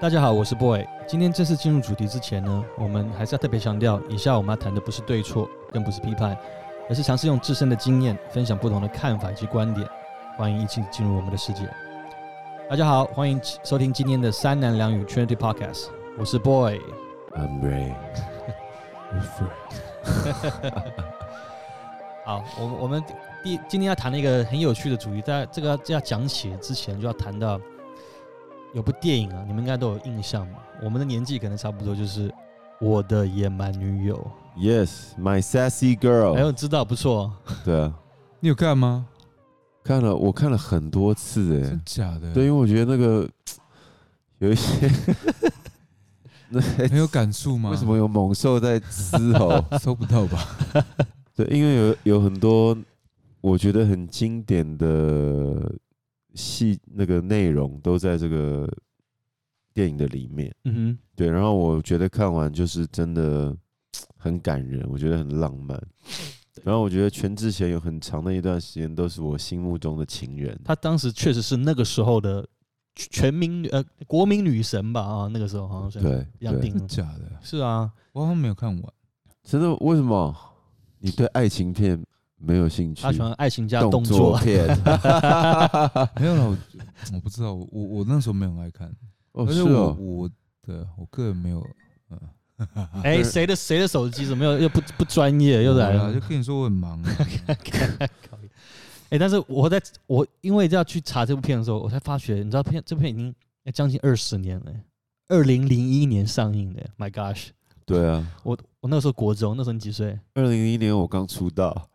大家好，我是 Boy。今天正式进入主题之前呢，我们还是要特别强调，以下我们要谈的不是对错，更不是批判，而是尝试用自身的经验分享不同的看法及观点。欢迎一起进入我们的世界。大家好，欢迎收听今天的三男两女 Trinity Podcast，我是 Boy。 I'm Ray。 好，我们我们第今天要谈的一个很有趣的主题，在这个要讲起之前就要谈到有部电影啊，你们应该都有印象嘛。我们的年纪可能差不多，就是《我的野蛮女友 Yes, my sassy》。哎 girl。呦，知道不错，对啊，你有看吗？看了我看了很多次哎、真假的？对，因为，我觉得那个有一些 那很有感触吗？为什么有猛兽在嘶 吼？搜不到 吧？对，因为有有很多我觉得很经典的戏那个内容都在这个电影的里面。嗯对，然后我觉得看完就是真的很感人，我觉得很浪漫。然后我觉得全智贤有很长的一段时间都是我心目中的情人哼，，她当时确实是那个时候的全民女呃国民女神吧啊，那个时候好像是对杨对，定真假的？是啊，我好像没有看完。真的为什么你对爱情片没有兴趣她？喜欢爱情加动作作，片，没有了，我我不知道，我我我那时候没有很爱看，哦而是且我哦，我的我个人没有，嗯， 哎，谁的谁的手机怎么又又不不专业又来对了啊，就？跟你说我 很忙啊，靠北 哎、但是我在我因为要去查这部片的时候，我才发觉，你知道片这部片已经哎将近二十年了、二零零一年上映的、m y gosh！对啊，我我那时候国中，那时候你几岁？二零零一年我刚出道，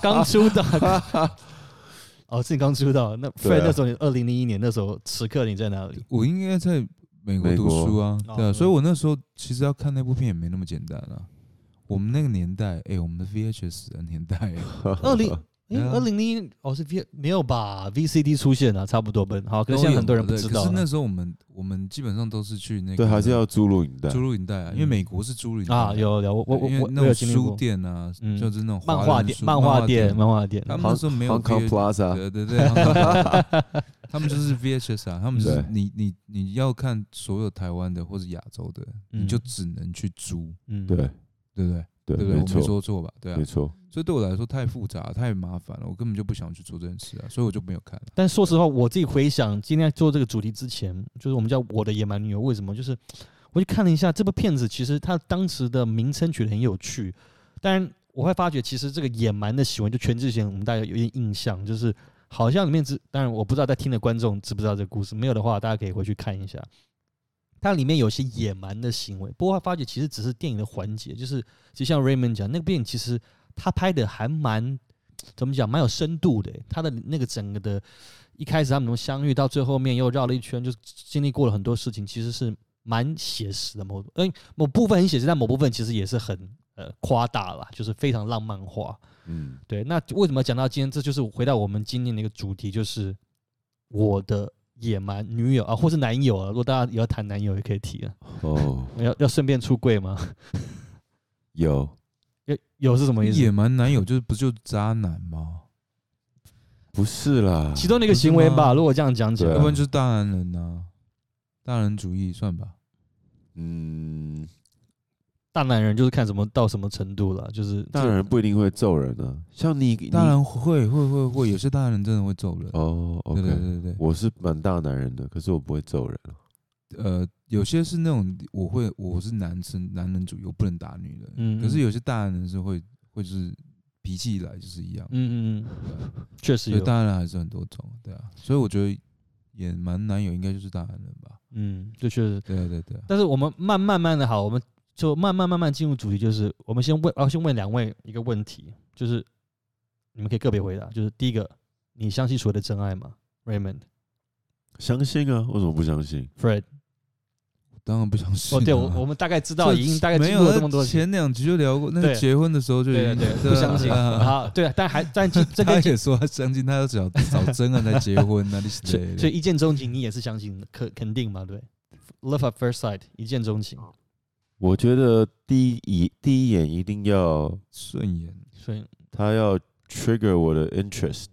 刚出道。 哦，是你刚出道。那 f 对 r 啊 e 那时候你二零零一年那时候，此刻你在哪里？我应该在美国美读国书啊，哦对啊，所以我那时候其实要看那部片也没那么简单啊。我们那个年代，哎，我们的 VHS 的 年代，二零哎对啊二零零一哦是 V 没有吧？VCD 出现了、啊差不多吧。好，可都能现在有很多人不对知可道是了。那时候我们我们基本上都是去那个啊对，还是要租录影带租，录影带啊，因为嗯美国是租录影带啊，有有我我因为我那我有种经历过书店啊嗯，就是那种华漫人画店、书漫画店、漫画店。他们好那时候没有 Hong Kong VH- Plaza， 对对对，他们 他们就是 VHS 啊，他们就是对你你你要看所有台湾的或者亚洲的，你就只能去租，嗯，对对不对？对，对不没对？我没错说错吧？对啊没，错，所以对我来说太复杂太麻烦了，我根本就不想去做这件事啊，所以我就没有看了。但说实话，我自己回想今天做这个主题之前，就是我们叫《我的野蛮女友》，为什么？就是我去看了一下这部片子，其实它当时的名称取得很有趣。当然，我会发觉其实这个野蛮的行为，就全智贤，我们大家有点印象，就是好像里面只……当然我不知道在听的观众知不知道这个故事，没有的话，大家可以回去看一下。它里面有些野蛮的行为，不过我发觉其实只是电影的环节，就是就像 Raymond 讲，那个电影其实他拍的还蛮怎么讲，蛮有深度的。他的那个整个的，一开始他们从相遇到最后面又绕了一圈，就经历过了很多事情，其实是蛮写实的某种，嗯、某部分很写实，但某部分其实也是很呃夸大了，就是非常浪漫化。嗯，对，那为什么讲到今天？这就是回到我们今天的一个主题，就是我的野蛮女友啊，或是男友啊。如果大家也要谈男友，也可以提啊。哦，要要顺便出柜吗？有有有是什么意思野？蛮男友就是不就渣男吗？不是啦，其中的一个行为不是吧，吗如果这样讲起来对啊要不然就是大男人呐，大人主义算吧。嗯，大男人就是看什么到什么程度了，就是大人不一定会揍人啊，像你，你当然会会会会，有些大人真的会揍人。哦对对，OK，对对，我是蛮大男人的，可是我不会揍人啊。呃，有些是那种我会我是男生男人主义，我不能打女人。嗯可是有些大男人是会会就是脾气一来就是一样，嗯嗯嗯，对啊确实所以有，大男人还是很多种，对啊。所以我觉得也蛮男友应该就是大男人吧。嗯，就确实。对啊对啊对啊，但是我们慢慢慢的好，我们就慢慢慢慢进入主题，就是我们先问，我要先问两位一个问题，就是你们可以个别回答，就是第一个，你相信所谓的真爱吗？Raymond、相信啊，为什么不相信？ Fred，我当然不想信啊。哦，对，我我们大概知道，这已经大概没经过有了这么多那次，前两集就聊过，那个对结婚的时候就已对经对，对 对啊不相信啊啊，对，但还但这这 他跟也说他相信，他要找找真爱来结婚啊，你是所谁以所以一见钟情你也是相信的，肯肯定嘛，对不对，Love at first sight，一见钟哦情，我觉得第一一第一眼一定要顺眼所以他要 trigger 我的 interest，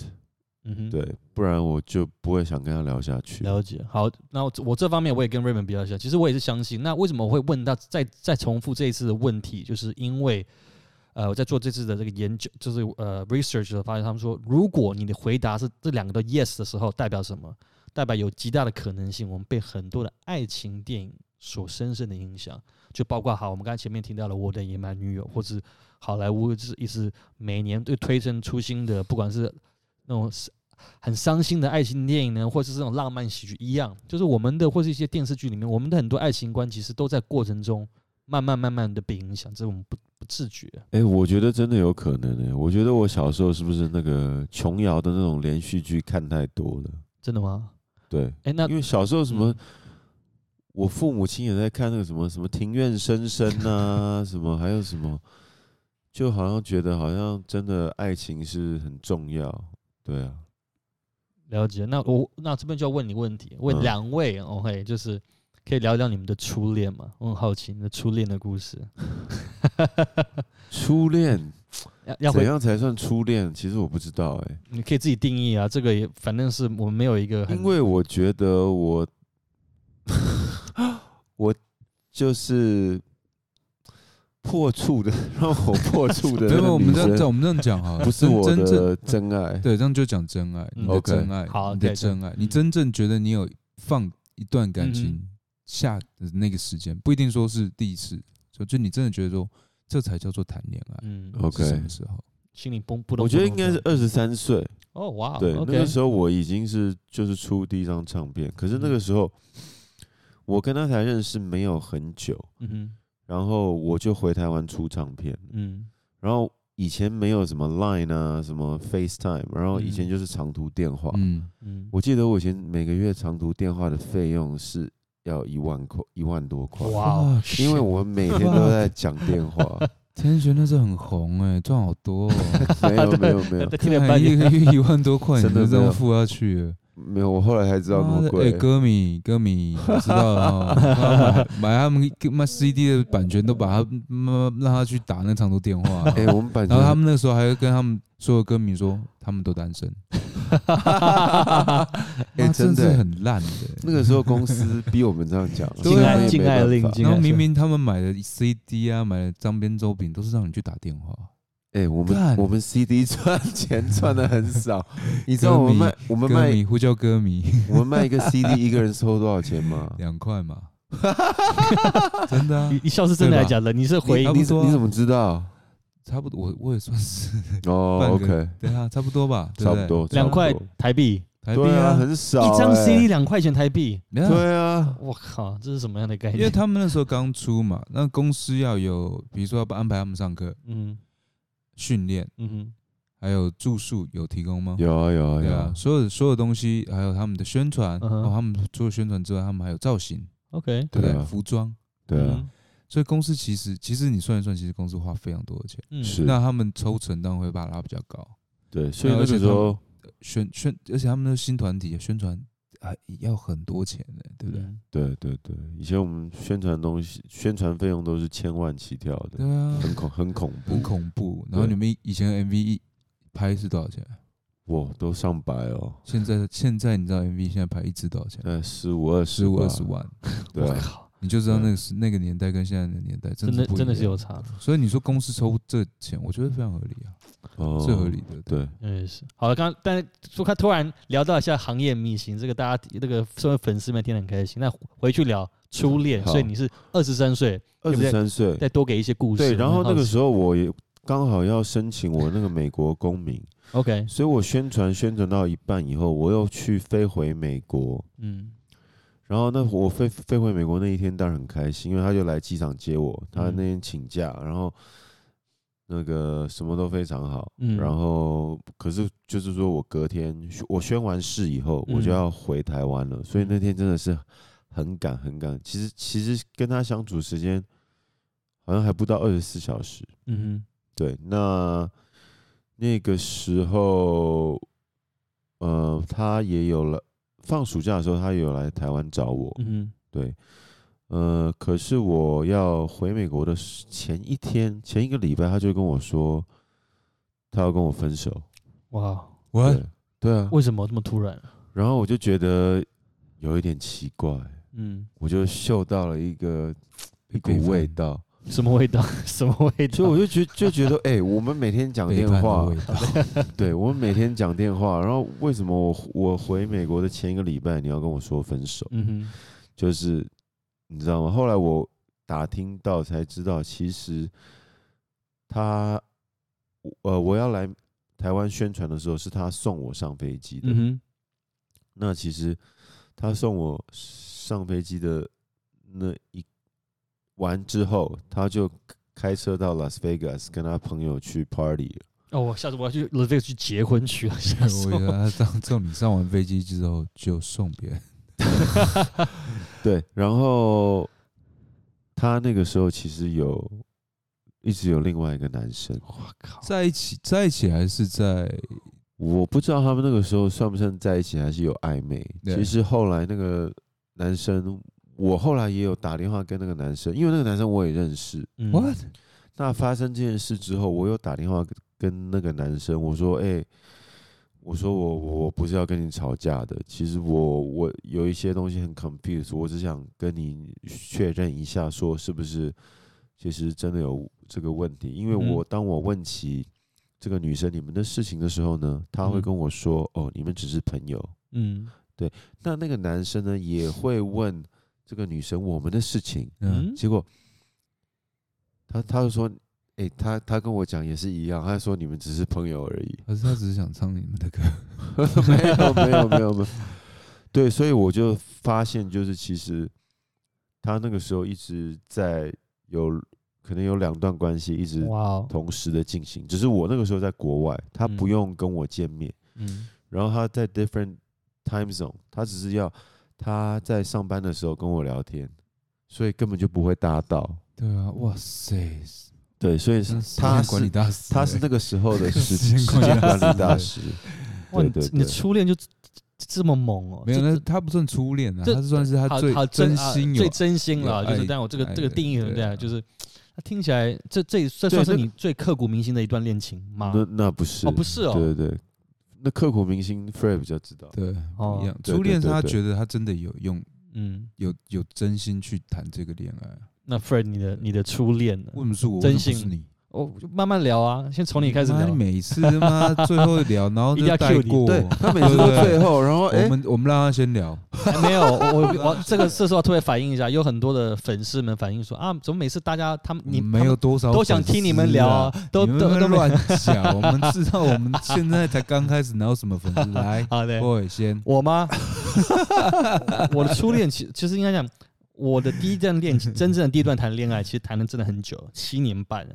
嗯哼，对，不然我就不会想跟他聊下去。了解，好，那我这我这方面我也跟 Raymond 比较像，其实我也是相信。那为什么我会问到再再重复这一次的问题，就是因为呃我在做这次的这个研究，就是呃 research 的时候发现，他们说如果你的回答是这两个都 yes 的时候，代表什么？代表有极大的可能性，我们被很多的爱情电影所深深的影响，就包括好，我们刚才前面听到了《我的野蛮女友》，或是好莱坞就是一直每年对推陈出新的，不管是那种很伤心的爱情电影呢，或是这种浪漫喜剧一样，就是我们的或是一些电视剧里面，我们的很多爱情观其实都在过程中慢慢慢慢的被影响，这我们不不自觉。哎、我觉得真的有可能哎、我觉得我小时候是不是那个琼瑶的那种连续剧看太多了？真的吗？对，哎、那因为小时候什么，嗯我父母亲也在看那个什么什么庭院深深啊，什么还有什么，就好像觉得好像真的爱情是很重要。对啊，了解。那我那这边就要问你问题，问嗯两位、OK，就是可以聊聊你们的初恋吗？我很好奇你的初恋的故事。 初恋要要怎回，样才算初恋？其实我不知道哎、你可以自己定义啊，这个也反正是我们没有一个很因为我觉得我，我就是破处的，让我破处 的那没有，个我们女这样讲，生我们这样讲好了，不是我真真正的真爱。对，这样就讲真爱，嗯你的 OK 真爱，好你的对真爱，你嗯真正觉得你有放一段感嗯情下的那个时间，不一定说是第一次，就就你真的觉得说这才叫做谈恋爱，嗯 OK 是什么时候？心里崩不懂。哦我觉得应该是二十三岁，哦哇，对，那 OK，个时候我已经是就是出第一张唱片，可是那嗯个时候我跟他才认识没有很久，嗯哼然后我就回台湾出唱片，嗯然后以前没有什么 Line 啊，什么 FaceTime，然后以前嗯就是长途电话，嗯，嗯，我记得我以前每个月长途电话的费用是要一万块，一万多 块，哇，哦啊因为我每天都在讲电话，天选那时候很红哎，赚好多 哦，没有没有没有听了看半一天，个 月一万多块，你真的就这没样有付下去了。没有，我后来才知道那妈么的贵，哎歌迷歌迷，我知道了哦，妈买买他们妈 CD 的版权都把他妈让他去打那长途电 话，哎，我们版然后他权们那时候还会跟他们所有歌迷说，他们都单身。哎妈真是的。哎很烂的。那个时候公司逼我们这样讲，对敬爱我啊们也敬没爱办令法，敬然爱后令，明明他们买的 CD 啊，买的张边周饼都是让你去打电话，哎、我干们我们 CD 赚钱赚的很少，你知道我们歌迷卖我们歌卖迷呼叫歌迷我们卖一个 CD 一个人收多少钱 吗？两 块嘛，真的啊 你，你笑是真的还是假的？你是回差你不你怎多啊你怎么知道？差不多，我我也算是，哦半个，OK，对啊，差不多吧，对差对不，多，两块差不多台币，台币对啊，啊，很少、一张哎 CD 两块钱台币，对啊对啊，我靠，这是什么样的概因为念？他们那时候刚出嘛，那公司要有，比如说要安排他们上课、嗯训练，嗯哼还有住宿有提供吗？有啊有啊对有啊，所有所有东西，还有他们的宣传，嗯哼哦，他们除了宣传之外，他们还有造型， ，OK，对不对对？啊服装，对啊嗯，所以公司其实其实你算一算，其实公司花非常多的钱，嗯是那他们抽成当然会把它拉比较高，对，所以那那而且个时候宣宣，而且他们的新团体宣传啊要很多钱的，对不对？嗯对对对，以前我们宣传东西宣传费用都是千万起跳的，对啊，很恐很恐怖很，恐怖。然后对你们以前 MV 一拍是多少钱？哇，都上百哦，现在现在你知道 MV 现在拍一支多少钱？呃，十五二十五二十，万，对我啊，靠，你就知道那个是那个年代跟现在的年代真真的不一真的是样有。差，所以你说公司抽这钱，我觉得非常合理啊，哦是合理的。对，真的嗯是。好了，刚刚但是说他突然聊到一下行业秘辛，这个大家那个身为粉丝们听得很开心。那回去聊初恋，好所以你是二十三岁，二十三岁，再多给一些故事。对，然后那个时候候我也刚好要申请我那个美国公民， ，OK，所以我宣传宣传到一半以后，我又去飞回美国。嗯然后那我飞飞回美国那一天当然很开心，因为他就来机场接我，他嗯那天请假，然后那个什么都非常好。嗯，然后可是就是说我隔天我宣完誓以后，嗯我就要回台湾了，所以那天真的是很赶很赶。其实其实跟他相处时间好像还不到二十四小时，嗯对，那那个时候，呃，他也有了放暑假的时候，他也有来台湾找我哼，嗯对，呃，可是我要回美国的时前一天，前一个礼拜，他就跟我说，他要跟我分手，哼，哇，哎我对，对啊。为什么这么突然？然后我就觉得有一点奇怪，嗯，我就嗅到了一个一股北方味道，什么味道？ 什么味道？所以我就觉 就觉得，哎、我们每天讲背电叛的话味，道，对我们每天讲电话，然后为什么我我回美国的前一个礼拜你要跟我说分手？嗯就是你知道吗？后来我打听到才知道，其实他我呃我要来台湾宣传的时候，是他送我上飞机哼，的。嗯哼，那其实他送我上飞机的那一完之后，他就开车到 Las Vegas 跟他朋友去 party 了。哦，我下次我要去 Las Vegas 去结婚去啊了，吓死 我以为我！他上这种你上完飞机之后就送别人， 对，然后他那个时候其实有一直有另外一个男生，我靠，在一起在一起还是在我不知道他们那个时候算不算在一起，还是有暧昧。对其实后来那个男生，我后来也有打电话跟那个男生，因为那个男生我也认识。嗯 what？那发生这件事之后，我有打电话跟那个男生，我说：“哎、我说我我我不是要跟你吵架的，其实我我有一些东西很 confused，我只想跟你确认一下，说是不是其实真的有这个问题。因为嗯我、当我问起这个女生你们的事情的时候呢，她会嗯跟我说：哦，你们只是朋友。嗯那那个男生呢也会问这个女生我们的事情，嗯，嗯结果他他就说，哎、他他跟我讲也是一样，他说你们只是朋友而已， 可是他只是想唱你们的歌，没有没有没有没有，对，所以我就发现，就是其实他那个时候一直在有可能有两段关系一直哇哦，同时的进行，只是我那个时候在国外，他嗯不用跟我见面，嗯然后他在 different time zone，他只是要他在上班的时候跟我聊天，所以根本就不会搭到。对啊，哇塞，对，所以真是是他管理是大师欸，他是那个时候 的时时间间管管理理大师啊大师，哇，你对对你的对初恋就这这么猛哦，没有，这那他不算初恋啊，这他算是他好最好真啊心有最真心有了，就爱是但我这个爱这个的定义很对对啊，啊就是那听起来这这这对算是那个你最刻骨铭心的一段恋情吗？那那不是哦，不是哦，对对对，那刻骨铭心 Fred 比较知道，对哦不一样。对初恋是对对他对觉得他真的有用，嗯，有有真心去谈这个恋爱啊。那 Fred 你的你的初恋呢为？什么是我？真为什么不是心你？哦，就慢慢聊啊，先从你开始妈聊你。每次他妈最后聊，然后 一定要就带 cue 你过。对他每次都对最后，然后我哎，们我们让他先聊，哎没有，我我我这个这时候特别反映一下，有很多的粉丝们反映说啊，怎么每次大家他们你没有多少都想听你们聊啊，都粉丝啊，你们都不要都没乱 讲。我们知道我们现在才刚开始，哪有什么粉丝来好的， ？boy 先，啊我吗？ 我的初恋其其实应该讲，我的第一段恋情，真正的第一段谈恋爱，其实谈了真的很久，七年半啊，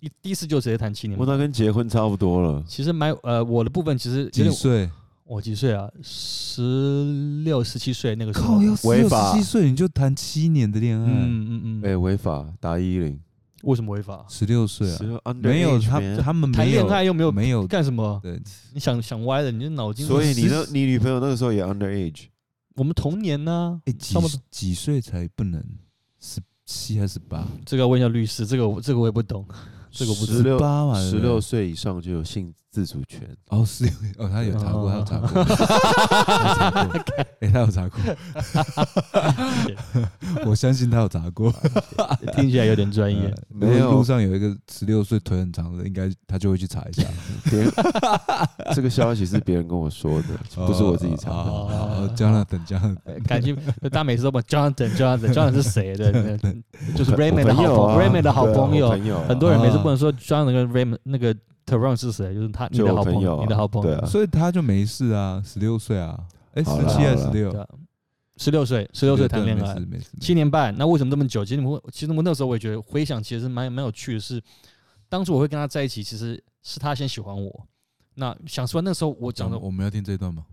一第一次就直接谈七年我半。那跟结婚差不多了，其实蛮有呃，我的部分其实有几点岁？我几岁啊？十六、十七岁那个时候靠，，要十违六法十七岁你就谈七年的恋爱，嗯嗯嗯，哎，违法打一零，为什么违法？十六岁啊， 16 underage 没有他 man 他们谈没有恋爱又没有没有干什么？对，你想想歪了，你这脑筋。所以你那你女朋友那个时候也 underage，我们童年呢、哎，差不几多几岁才不能？十七还是八？这个要问一下律师，这个我这个我也不懂。这个我不知十六八嘛，对十不对六岁以上就有性自主权，哦，是有哦，他有查过，他有查哦过，哎，他有 查过，我相信他有查过。听起来有点专 业。如果路上有一个十六岁腿很长的，应该他就会去查一下，别人这个消息是别人跟我说的， 不是我自己查的。哦，Jonathan，Jonathan， 感觉大家每次都问 Jonathan Jonathan Jonathan 是谁？对对，对就是 Raymond 的我好朋朋友啊 Raymond 的好对啊朋我友，朋友啊很多人每次啊问说 Jonathan 跟 Raymond 那个 Teron 是谁，就是他你就的我好朋友友，啊你的好朋对友啊，所以他就没事啊，十六岁啊，哎，十好啦七还是好十啦六对？啊，十六岁，十六岁谈恋爱对，没事，没七事。年半，那为什么这么久？其实我其实我那时候我也觉得回想，其实蛮蛮有趣的是，当初我会跟他在一起，其实是他先喜欢我。那想说那时候我讲的我们要听这段吗？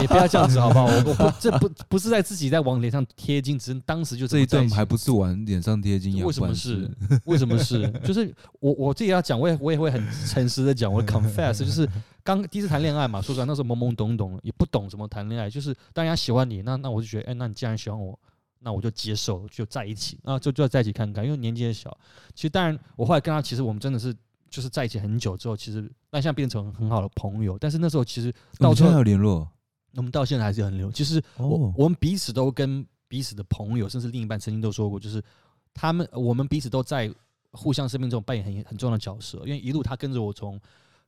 也不要这样子好不好？我我不这不不是在自己在往脸上贴金，只是当时就这一怎么在段起还不是往脸上贴金，为什么是？为什么是？ 就是我我自己要讲，我也我也会很诚实的讲，我 confess，就是刚第一次谈恋爱嘛，说实话那时候懵懵懂懂，也不懂怎么谈恋爱，就是当然喜欢你，那那我就觉得，哎、那你既然喜欢我，那我就接受，就在一起啊，就就在一起看看，因为年纪也小。其实当然，我后来跟他，其实我们真的是就是在一起很久之后，其实那现在变成很好的朋友。但是那时候其实到到最最后还后，有联络我们到现在还是很流。其实我哦，我们彼此都跟彼此的朋友，甚至另一半曾经都说过，就是他们我们彼此都在互相生命中扮演很很重要的角色。因为一路他跟着我从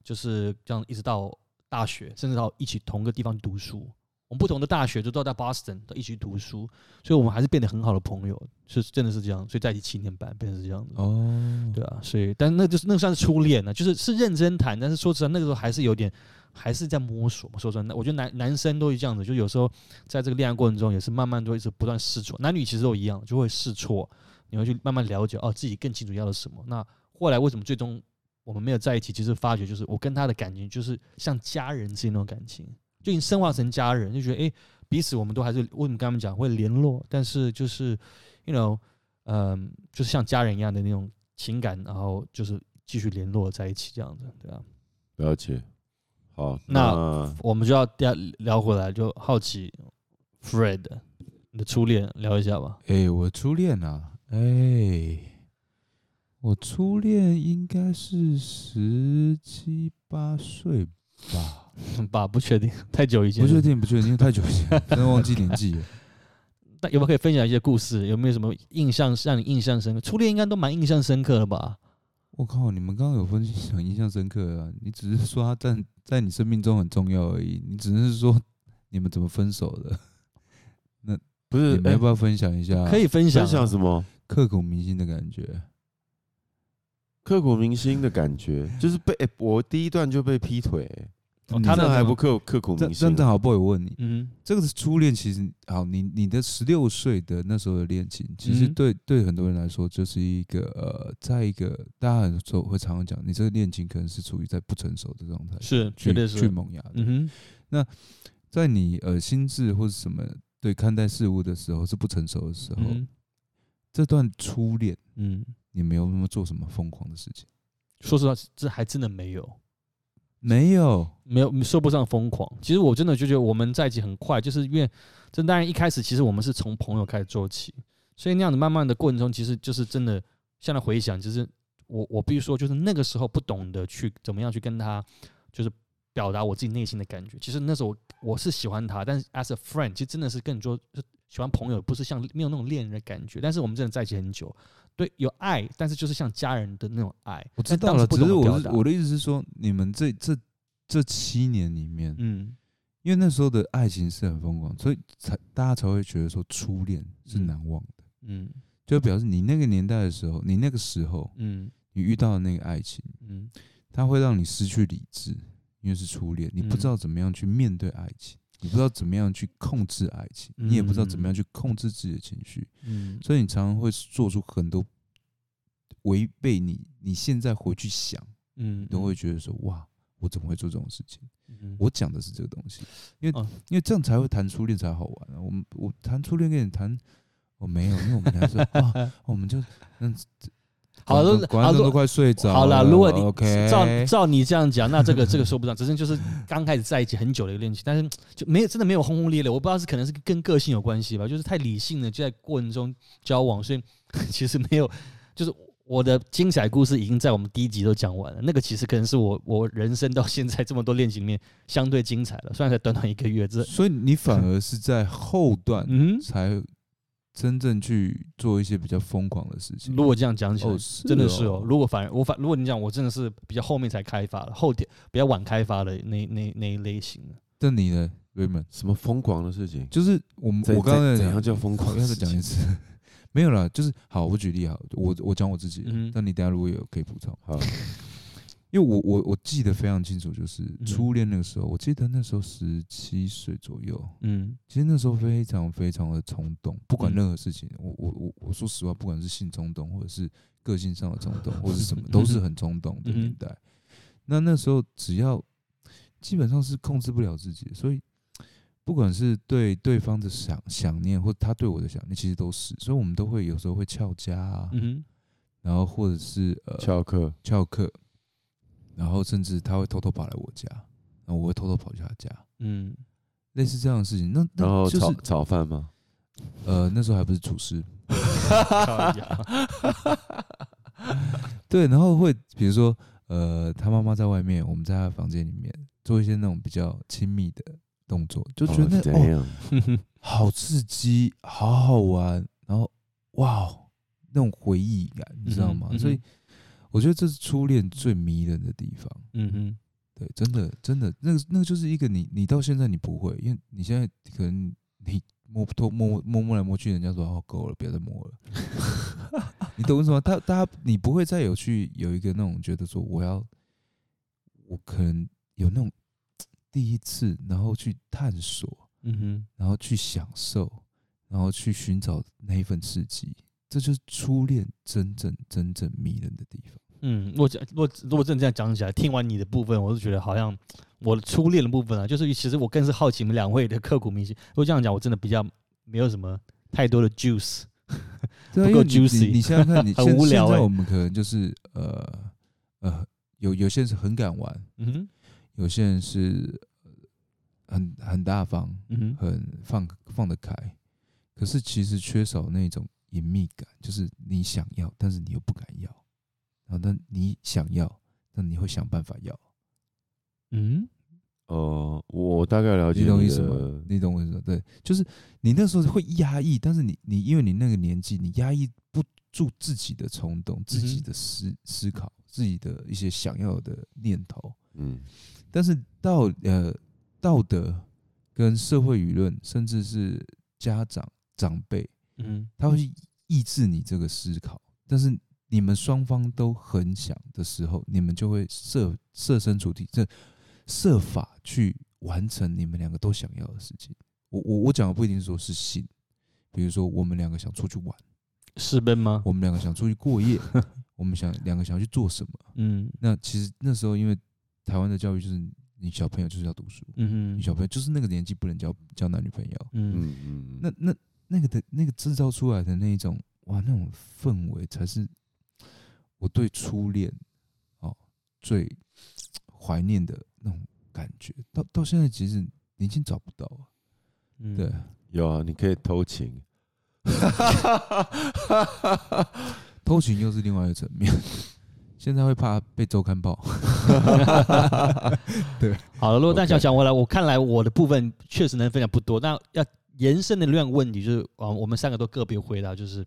就是这样一直到大学，甚至到一起同个地方读书。我们不同的大学就都在 Boston 都一起读书，所以我们还是变得很好的朋友，是真的是这样。所以在一起七年半，变成是这样子。哦，对啊，所以但那就是那算是初恋了，就是是认真谈，但是说实在那个时候还是有点还是在摸索嘛。说实在，我觉得男男生都是这样子，就有时候在这个恋爱过程中也是慢慢都一直不断试错，男女其实都一样，就会试错，你会去慢慢了解哦自己更清楚要的是什么。那后来为什么最终我们没有在一起？其实发觉就是我跟他的感情就是像家人之间那种感情，就已经升华成家人，就觉得诶，彼此我们都还是为什么跟他们讲会联络，但是就是，you know，嗯、就是像家人一样的那种情感，然后就是继续联络在一起这样子，对啊。了解。好，那那我们就要聊聊回来，就好奇 Fred 你的初恋聊一下吧。哎，我初恋啊，哎，我初恋应该是十七八岁吧。爸不确定，太久以前，不确。定，不确定，因为太久以前，真的忘记年纪了。那有没有可以分享一些故事？有没有什么印象让你印象深刻？初恋应该都蛮印象深刻的吧？我靠，你们刚刚有分享印象深刻的啊？你只是说他在在你生命中很重要而已，你只是说你们怎么分手的？不你是们哎要不要分享一下？可以分享分啊，享什么刻骨铭心的感觉。刻骨铭心的感觉？就是被哎我第一段就被劈腿，哎哦你他这的样还什么不刻刻骨真铭心啊真？的好不好？我问你，嗯这个是初恋，其实好，你你的十六岁的那时候的恋情，其实嗯对、对很多人来说，就是一个呃，在一个大家很多会常常讲，你这个恋情可能是处于在不成熟的状态，是绝去对去是，萌芽的。嗯在你呃心智或是什么对看待事物的时候是不成熟的时哼候，嗯这段初恋嗯，你们有没有做什么疯狂的事情？说实话，这还真的没有。没有，没有说不上疯狂。其实我真的就觉得我们在一起很快，就是因为这当然一开始其实我们是从朋友开始做起，所以那样子慢慢的过程中，其实就是真的现在回想，就是我我必须说，就是那个时候不懂得去怎么样去跟他，就是表达我自己内心的感觉。其实那时候我我是喜欢他，但是 as a friend，其实真的是更多是喜欢朋友，不是像没有那种恋人的感觉。但是我们真的在一起很久，对，有爱，但是就是像家人的那种爱。我知但道当时了，不只懂是得我表是达我的意思是说，你们这这这七年里面，嗯因为那时候的爱情是很疯狂，所以才大家才会觉得说初恋是难忘的，嗯就表示你那个年代的时候，你那个时候嗯你遇到的那个爱情，嗯它会让你失去理智，因为是初恋，你不知嗯道怎么样去面对爱情，你不知道怎么样去控制爱情，你也不知道怎么样去控制自己的情绪，嗯，所以你常常会做出很多违背你。你现在回去想，嗯你都会觉得说：哇，我怎么会做这种事情？嗯我讲的是这个东西，因为、哦因为这样才会谈初恋才好玩啊。我们我谈初恋跟你谈。我没有，因为我们男生 啊，我们就嗯，好观了众，好观众都了，快睡着好了，如果你 OK，照照你这样讲，那这个这个说不上，只是就是刚开始在一起很久的一个恋情，但是就没有真的没有轰轰烈烈，我不知道是可能是跟个性有关系吧，就是太理性了，就在过程中交往，所以其实没有，就是我的精彩故事已经在我们第一集都讲完了，那个其实可能是我我人生到现在这么多恋情里面相对精彩了，虽然才短短一个月，这所以你反而是在后段嗯，才真正去做一些比较疯狂的事情。如果这样讲起来哦，，是真的是哦。如果反而我反，如果你讲我真的是比较后面才开发的，后点比较晚开发的那那那一类型的。但你呢，Raymond，什么疯狂的事情？就是我们怎我刚才怎怎讲样叫疯狂好的要再事情？讲一次， 没有啦，就是好，我举例好，我我讲我自己的，嗯但你等下如果有可以补充，好，因为我我我记得非常清楚，就是嗯初恋那个时候，我记得那时候十七岁左右，嗯其实那时候非常非常的冲动，不管嗯任何事情，我我我我说实话，不管是性冲动，或者是个性上的冲动，或者是什 么，都是很冲动的嗯哼年代。那那时候只要基本上是控制不了自己，所以不管是对对方的想想念，或他对我的想念，其实都是，所以我们都会有时候会翘家啊，嗯然后或者是呃翘课，翘课，然后甚至他会偷偷跑来我家，然后我会偷偷跑去他家， 嗯类似这样的事情。那然那后就炒是炒饭吗？呃，那时候还不是厨师。靠呀对，然后会比如说呃，他妈妈在外面，我们在他房间里面做一些那种比较亲密的动作，就觉得、怎哦样？好刺激，好好玩，然后哇，那种回忆感，你知道吗？嗯哼嗯哼所以我觉得这是初恋最迷人的地方。嗯哼，对，真的，真的，那个那个就是一个你，你到现在你不会，因为你现在可能你摸偷摸摸摸来摸去，人家说哦够了，不要再摸了， 你懂我意思吗？他大家你不会再有去有一个那种觉得说我要，我可能有那种第一次，然后去探索，嗯哼，然后去享受，然后去寻找那一份刺激，这就是初恋真正真正迷人的地方。嗯，如果讲如果如果真的这样讲起来，听完你的部分，我是觉得好像我的初恋的部分啊，就是其实我更是好奇你们两位的刻骨铭心。如果这样讲，我真的比较没有什么太多的 juice。对啊，不因为够你 juicy 你你想想看， 你很现无聊现在欸我们可能就是呃呃，有有些人是很敢玩，嗯哼，有些人是呃很很大方，嗯哼，很放放得开，可是其实缺少那种隐秘感，就是你想要，但是你又不敢要，然后但你想要，但你会想办法要。嗯哦，我大概了解你懂你意思的吗？你懂我意思吗？对，就是你那时候会压抑，但是你你因为你那个年纪，你压抑不住自己的冲动、自嗯己哼的思思考、自己的一些想要的念头，嗯，但是道呃道德跟社会舆论，甚至是家长长辈，嗯他会抑制你这个思考，但是。你们双方都很想的时候，你们就会设设身处地，这设法去完成你们两个都想要的事情。我我我讲的不一定说是性，比如说我们两个想出去玩，私奔吗？我们两个想出去过夜，我们想两个想要去做什么。嗯那其实那时候因为台湾的教育就是你小朋友就是要读书，嗯你哼，小朋友就是那个年纪不能交交男女朋友。嗯嗯嗯，那那那个的那个制造出来的那一种哇，那种氛围才是我对初恋哦最怀念的那种感觉。到到现在，其实你已经找不到了。嗯对，有啊，你可以偷情，偷情又是另外一个层面。现在会怕被周刊爆，好了，如果大家 OK 讲回来，我看来我的部分确实能分享不多。那要延伸的两个问题就是，啊，我们三个都个别回答，就是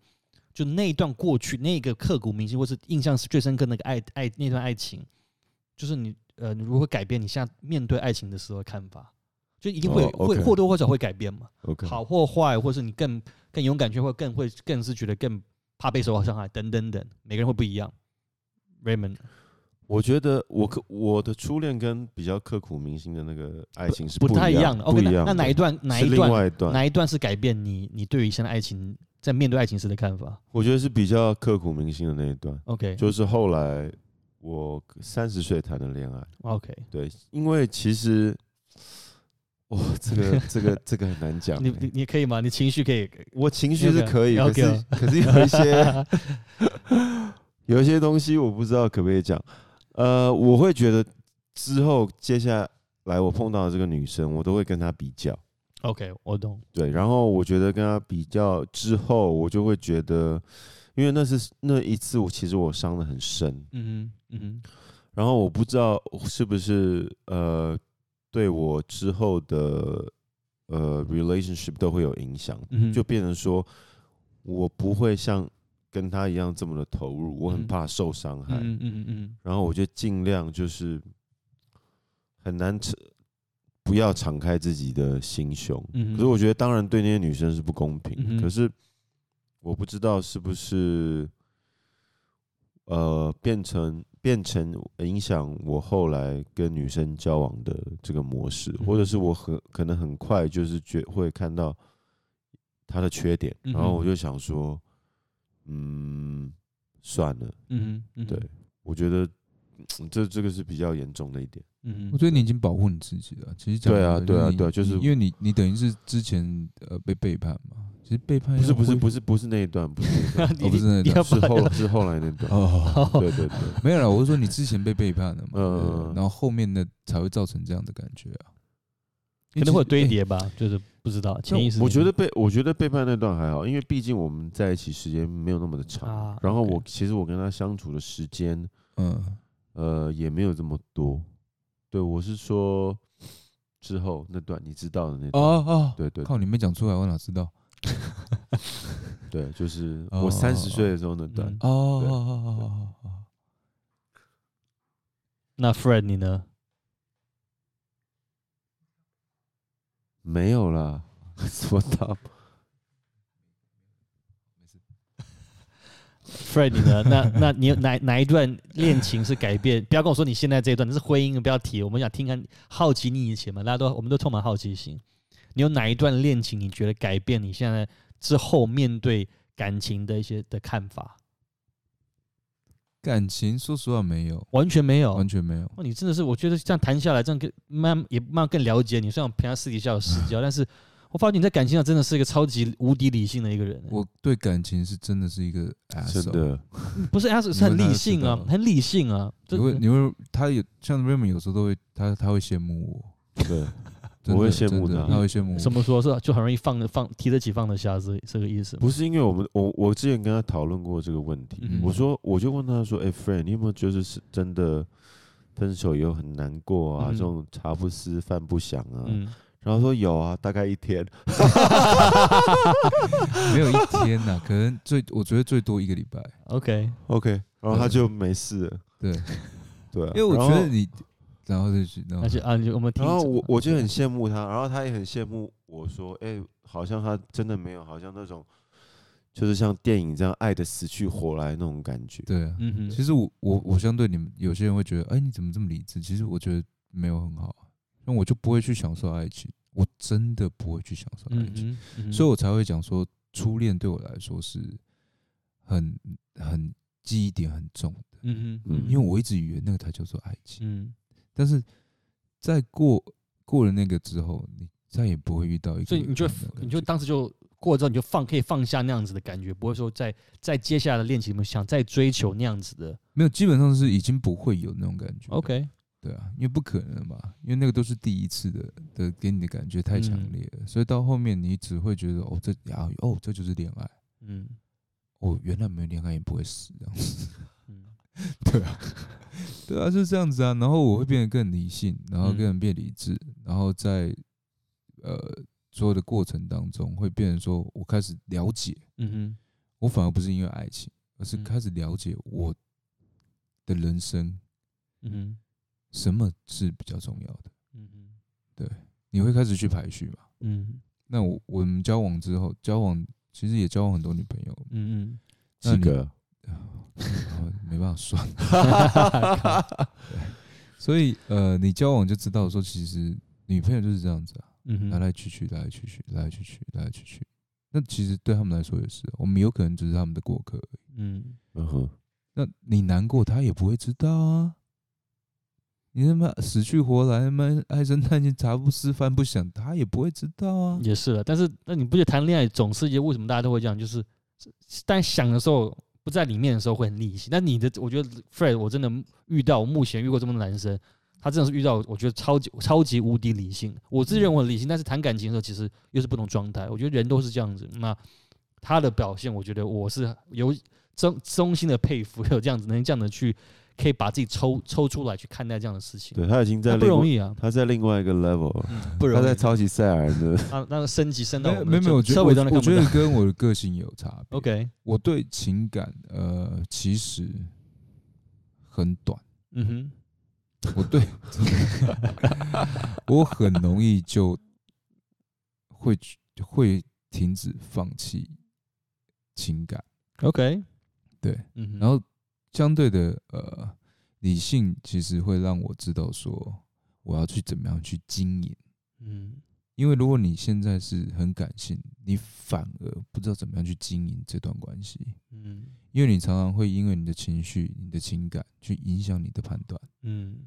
就那一段过去那个刻骨铭心或是印象最深刻那个爱爱那段爱情，就是你呃，你如何改变你现在面对爱情的时候的看法？就一定会、哦会 OK 或多或少会改变嘛 OK 好或坏，或是你更更勇敢去，或更会更是觉得更怕被受到伤害等等等，每个人会不一样。Raymond，我觉得我刻我的初恋跟比较刻骨铭心的那个爱情是不太一一样样的。OK，不那一样那的哪一段哪是一另段外一段？哪一段是改变你你对于现在爱情在面对爱情时的看法我觉得是比较刻骨铭心的那一段， ？OK，就是后来我三十岁谈的恋爱。 OK，对，因为其实哇，这个这个这个很难 讲你欸、你你可以吗？你情绪可以我情绪那是个可以，可是 OK 哦可是有一些 有一些东西我不知道可不可以讲。呃，我会觉得之后接下来我碰到的这个女生，我都会跟她比较。 OK，我懂。对，然后我觉得跟她比较之后，我就会觉得，因为那是那一次，我其实我伤的很深，嗯哼嗯哼然后我不知道是不是呃对我之后的呃 relationship 都会有影响，嗯哼，就变成说我不会像跟他一样这么的投入，我很嗯怕受伤害，嗯嗯嗯嗯然后我就尽量就是很难敞不要敞开自己的心胸。嗯哼可是我觉得，当然对那些女生是不公平，嗯哼可是我不知道是不是呃变成。变成影响我后来跟女生交往的这个模式，嗯哼或者是我很可能很快就是觉会看到她的缺点，嗯哼然后我就想说，嗯，算了，嗯哼嗯哼，对，我觉得嗯这这个是比较严重的一点。嗯哼我觉得 你已经保护你自己了。其实讲对啊白了对啊是你对啊就是你因为你你等于是之前呃被背叛嘛，其实背哎叛不是不是不是是不是那一段，不是那一段 你哦不是那你要哦是把后是后来那 段。 哦，对对对， 没有啦，我是说你之前被背叛了嘛，嗯对然后后面的才会造成这样的感觉啊，可能会有堆因为其叠实。吧，就是不知道潜意识里面。我觉得被我觉得背叛那段还好，因为毕竟我们在一起时间没有那么的长。啊然后 OK 我其实我跟他相处的时间嗯，呃，也没有这么多。对我是说之后那段你知道的那哦段，哦，对对靠，你没讲出来，我哪知道？对，就是哦我三十岁的时候那段嗯。哦哦哦哦哦，那 Fred 你呢？没有啦， 我操！ Fred，你呢？那那你有哪哪一段恋情是改变？不要跟我说你现在这一段，这是婚姻，不要提。我们想听看，好奇你以前嘛，大家都我们都充满好奇心。你有哪一段恋情你觉得改变你现在之后面对感情的一些的看法？感情说实话没有，完全没有。完全没有。哇，你真的是，我觉得这样谈下来，这样更慢也慢慢更了解你。虽然我们平常私底下有私交，但是我发觉你在感情上真的是一个超级无敌理性的一个人。我对感情是真的是一个真，asshole 的，不是，他是你是很问他理就知性道啊了，很理性啊。你这会你会他有像 Raymond 有时候都会他他会羡慕我，对，真我会的羡慕真的他他会羡慕我。怎么说是吧就很容易放得放提得起放得下，这这个意思吗。不是因为我们，我我之前跟他讨论过这个问题，嗯我说我就问他说，哎、f r i e n d 你有没有就是是真的分手以后很难过啊？嗯这种茶不思饭不想啊？嗯，然后说有啊，大概一天，没有一天呐、 可能最我觉得最多一个礼拜。 OK， OK，然后他就没事了，对，对啊、因为我觉然得后，你，然后就嗯去，然后那就啊，你我们听一然后首我我就很羡慕他，然后他也很羡慕我说，哎、好像他真的没有，好像那种就是像电影这样爱的死去活来那种感觉。对啊。嗯哼，其实我我我相对你们有些人会觉得，哎，你怎么这么理智？其实我觉得没有很好啊，那我就不会去享受爱情，我真的不会去享受爱嗯情，哼，嗯哼所以我才会讲说，初恋对我来说是很很记忆点很重的，嗯哼，嗯因为我一直以为那个才叫做爱情。嗯但是在过过了那个之后，你再也不会遇到一个所以这你样就的感觉，你就当时就过了之后，你就放可以放下那样子的感觉，不会说在在接下来的恋情里面想再追求那样子的。没有，基本上是已经不会有那种感觉了。 OK，对啊，因为不可能嘛，因为那个都是第一次的的给你的感觉太强嗯烈了，所以到后面你只会觉得哦，这啊哦，这就是恋爱。嗯哦，原来没有恋爱也不会死这样子，嗯对啊，对啊，就是这样子啊。然后我会变得更理性，然后嗯更变理智，然后在呃所有的过程当中，会变成说我开始了解，嗯哼，我反而不是因为爱情，而是嗯开始了解我的人生嗯哼，什么是比较重要的。嗯哼，你会开始去排序嘛？嗯那我我们交往之后，交往其实也交往很多女朋友， 嗯 那几你个？然后没办法算， 嗯，所以呃，你交往就知道说，其实女朋友就是这样子啊，嗯来哼，来去去，来来去去，来来去去，来来去去。那其实对他们来说也是，我们有可能只是他们的过客而已。嗯嗯哼，那你难过，他也不会知道啊。你他妈死去活来，他妈唉声叹气，茶不思饭不想，他也不会知道啊。也是了。但是那你不觉得谈恋爱总是一些为什么大家都会这样？就是但想的时候不在里面的时候会很理性。但你的，我觉得 Fred，我真的遇到我目前遇过这么多男生，他真的是遇到我觉得超级超级无敌理性。我自认为很理性，但是谈感情的时候其实又是不同状态。我觉得人都是这样子。那他的表现，我觉得我是有衷衷心的佩服，有这样子能这样的去可以把自己抽抽出来去看待这样的事情，对他已经在那不另容外，易啊，他在另外一个 level 了。不容他易。在超级赛亚人的，那那个升级升到没我有们没有没有，我觉车得尾灯都看我觉不到得。跟我的个性有差别。 OK，我对情感呃其实很短，嗯哼，我对 我很容易就会去会停止放弃情感， OK，对，嗯哼，然后相对的呃理性其实会让我知道说我要去怎么样去经营。嗯因为如果你现在是很感性，你反而不知道怎么样去经营这段关系。嗯因为你常常会因为你的情绪、你的情感去影响你的判断，嗯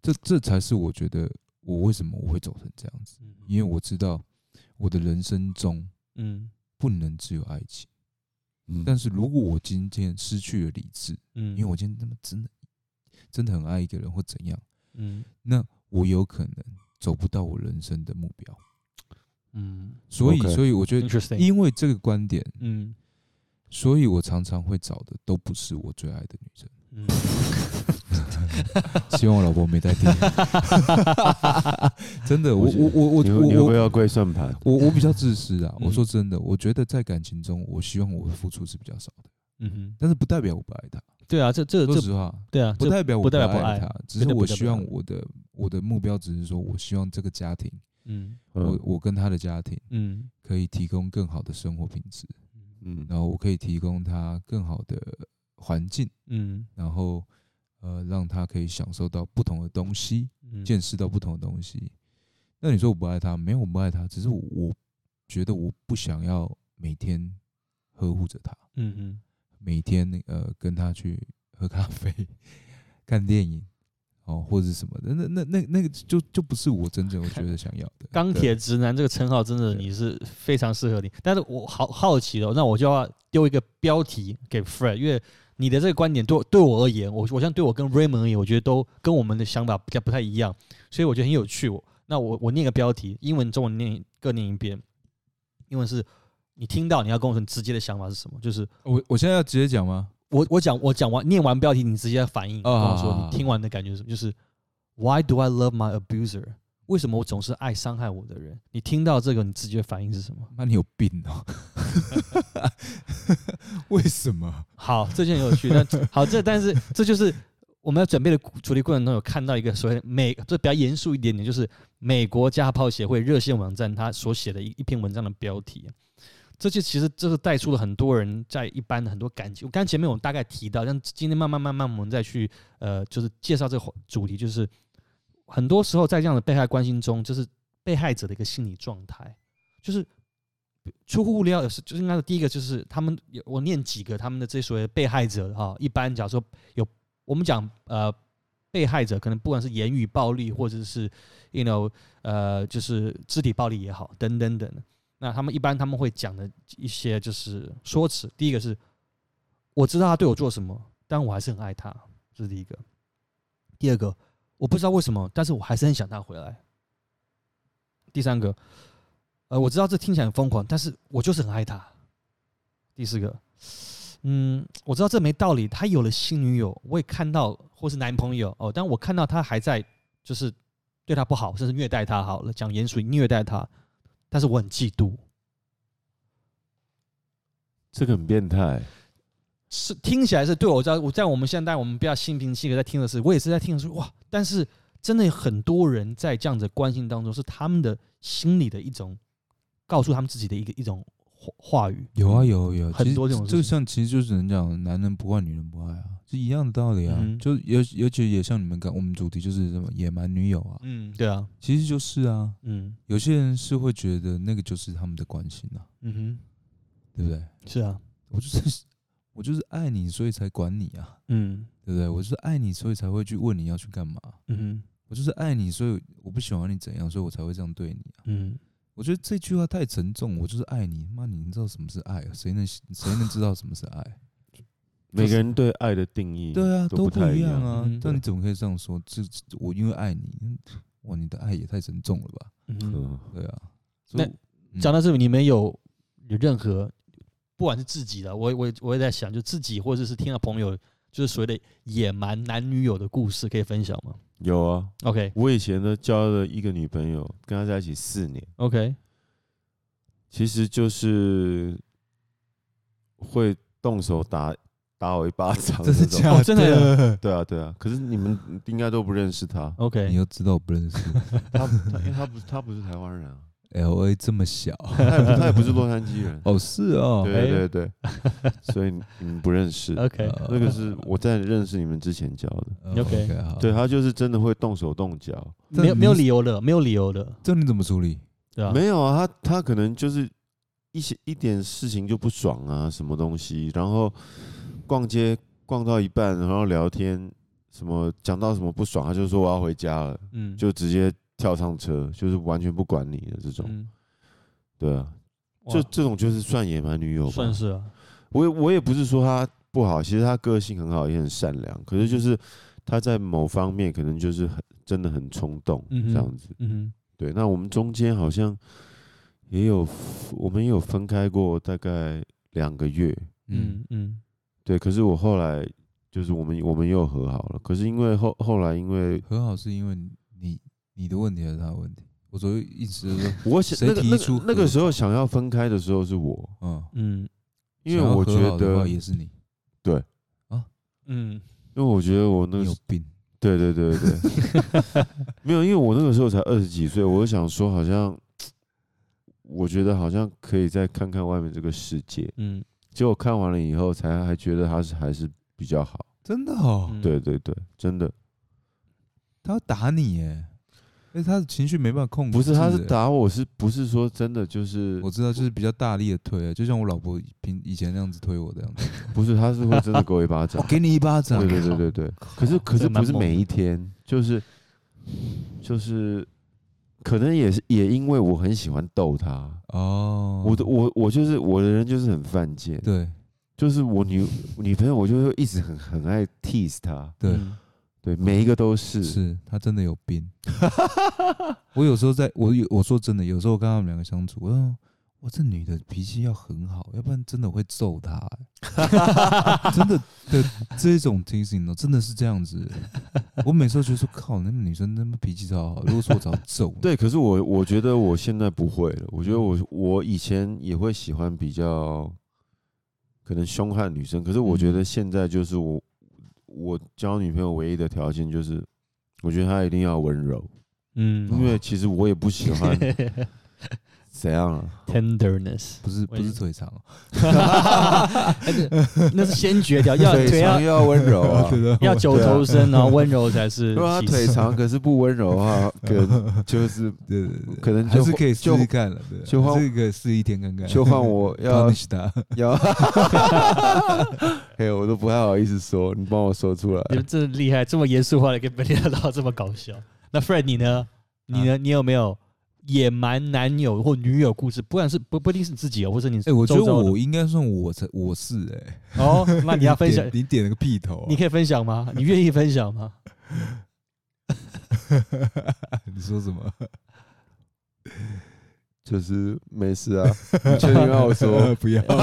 这这才是我觉得我为什么我会走成这样子，嗯，因为我知道我的人生中嗯不能只有爱情，嗯但是如果我今天失去了理智，嗯，因为我今天他妈真的真的很爱一个人或怎样，嗯那我有可能走不到我人生的目标，嗯所以 OK 嗯所以我觉得 ，interesting，因为这个观点，嗯 所以我常常会找的都不是我最爱的女生。嗯，希望我老婆没 在听。真的，我我我我你会你会我不会我要跪算盘？我我比较自私啊。嗯我说真的，我觉得在感情中，我希望我的付出是比较少的，嗯但是不代表我不爱他。哼， 对啊，这这说这实话，对啊，不这代表我不代表不爱爱他，只真是的不我代表希不望爱我的我的目标只是说，我希望这个家庭，嗯我嗯我跟他的家庭嗯可以提供更好的生活品质，嗯，然后我可以提供他更好的环境，嗯然后呃让他可以享受到不同的东西，嗯，见识到不同的东西。那你说我不爱他？没有，我不爱他，只是我我觉得我不想要每天呵护着他，嗯嗯每天呃跟他去喝咖啡、 看电影哦，或者是什么的。那那那那个就就不是我真正我觉得想要的。 钢对铁直男这个称号真的对你是非常适合你，但是我好好奇哦，那我就要丢一个标题给 Fred，因为你的这个观点对我对我而言，我我像对我跟 Raymond 而言，我觉得都跟我们的想法比较不太一样，所以我觉得很有趣。我那我我念个标题，英文中文念各念一遍，英文是你听到你要跟我说你直接的想法是什么，就是我我现在要直接讲吗？我我讲我讲完念完标题，你直接反应跟哦我好好说好你听完的感觉是什么？就是 Why do I love my abuser？为什么我总是爱伤害我的人？你听到这个，你直觉反应是什么？妈，你有病哦！ 为什么？好，这就很有趣。那 好，这但是这就是我们在准备的主题过程中有看到一个所谓美，这比较严肃一点点，就是美国家炮协会热线网站它所写的一一篇文章的标题。这就其实这是带出了很多人在一般的很多感情。我刚前面我大概提到，但今天慢慢慢慢我们再去呃，就是介绍这个主题，就是很多时候在这样的被害关心中，就是被害者的一个心理状态，就是出乎料，是就是应该是第一个就是他们有我念几个他们的这所谓的被害者哈、一般假如说有我们讲呃被害者可能不管是言语暴力或者是 you know 呃就是肢体暴力也好等等等的，那他们一般他们会讲的一些就是说辞，第一个是我知道他对我做什么，但我还是很爱他，这是第一个。第二个，我不知道为什么，但是我还是很想他回来。第三个，呃，我知道这听起来很疯狂，但是我就是很爱他。第四个，嗯，我知道这没道理。他有了新女友，我也看到，或是男朋友哦，但我看到他还在，就是对他不好，甚至虐待他。好了，讲严肃，虐待他，但是我很嫉妒。这个很变态。是听起来是对我知道，我在我们现在我们比较心平气和在听的是，我也是在听的是哇，但是真的很多人在这样子的关心当中，是他们的心里的一种告诉他们自己的一个一种话话语。有啊，有有，很其实多这种事这个情像其实就只能讲男人不爱女人不爱啊，是一样的道理啊。嗯就尤尤其也像你们刚我们主题就是什么野蛮女友啊，嗯，对啊，其实就是啊，嗯有些人是会觉得那个就是他们的关心啊，嗯对不对？哼，是啊，我就是我就是爱你，所以才管你啊，嗯对不对？我就是爱你，所以才会去问你要去干嘛。嗯哼我就是爱你，所以我不喜欢你怎样，所以我才会这样对你啊。嗯我觉得这句话太沉重，我就是爱你。妈，你知道什么是爱啊？谁能谁能知道什么是爱？啊每个人对爱的定义对啊，都不太一样啊嗯。对但你怎么可以这样说？这这我因为爱你，嗯哇，你的爱也太沉重了吧？嗯哼，嗯，对啊，那所以嗯讲到这里，你们有有任何，不管是自己的，我我我也在想，就自己或者是听到朋友，就是所谓的野蛮男女友的故事，可以分享吗有啊。 ？OK 我以前呢交了一个女朋友，跟她在一起四年， OK，其实就是会动手打打我一巴掌 真那的种。假哦真的的？对啊，对啊。可是你们应该都不认识她，你 OK，又知道我 不认识她她因为她不她不是台湾人啊， L A 这么小她也不她也不是洛杉矶人。哦，是哦，对对对，所以你们不认识。 OK，呃那个是我在认识你们之前交的。呃 OK 好，对，她就是真的会动手动脚。没有没有这你理由了，没有理由了，这你怎么处理？对吧？没有啊，他他可能就是一些一点事情就不爽啊，什么东西，然后逛街逛到一半，然后聊天，什么讲到什么不爽，他就说我要回家了，嗯，就直接跳上车，就是完全不管你的这种，嗯，对啊，哇这这种就是算野蛮女友吧，算是啊，我也我也不是说他不好，其实他个性很好，也很善良，可是就是他在某方面可能就是很真的很冲动嗯哼这样子。嗯对，那我们中间好像也有，我们也有分开过大概两个月。哼，嗯嗯对，可是我后来就是我们我们又和好了。可是因为后后来因为和好是因为你你的问题还是他的问题？我所谓意思就是说，我想谁那个提那出个那和个时候想要分开的时候是我，嗯，嗯 因为想要我和觉好的话得，也因是你，嗯为我觉得我那你个有病，对对对对， 没有，因为我那个时候才二十几岁，我就想说，好像我觉得好像可以再看看外面这个世界。嗯，结果看完了以后，才还觉得他是还是比较好。真的哦，嗯对，对对，真的他要打你耶，而且他的情绪没办法控制，不是，他是哎打我是不是说真的就是我知道，就是比较大力的推啊，就像我老婆平以前那样子推我这样子，不是他是会真的给我一巴 掌我。哦给你一巴掌对，对对对对，可是可这是蛮不是猛每的一天，就是就是可能也是也因为我很喜欢逗他，哦，我的我我就是我的人就是很犯贱，对就是我女女朋友，我就会一直很很爱 tease 她，对嗯对，每一个都是，是他真的有病。 我有时候在我有我说真的，有时候我跟他们两个相处，我说哇，这女的脾气要很好，要不然真的会揍她、 欸真的的这种提醒呢，真的是这样子。我每次都觉得说，靠，那女生他妈脾气超好，如果说我早揍你。对，可是我我觉得我现在不会了，我觉得我我以前也会喜欢比较可能凶悍女生，可是我嗯觉得现在就是我我交女朋友唯一的条件就是，我觉得她一定要温柔，因嗯为其实我也不喜 欢怎样啊， ，tenderness， 不是不我也是腿长哦，。哎对那是先决条，要腿腿长要要温柔啊 对啊要九头身，然后温柔才是 如果她其腿次。长可是不温柔的话，可能就是对对对，可能还就是可以试就试看了，对，就换还是可以试一天看看，就 换我要 punish 他。 要，嘿，我都不太好意思说，你帮我说出来。你们真的厉害，这么严肃化的跟本地人唠这么搞笑。那 Fred 你呢？你啊呢？你有没有野蛮男友或女友故事？不管是不不一定是你自己哦，或者你哎、我觉得周遭的我应该算我才我是哎、哦，那你要分 享你，点你点了个屁头啊、你可以分享吗？你愿意分享 吗？你说什么？？就是没事啊，你确定要我说 不 要。嗯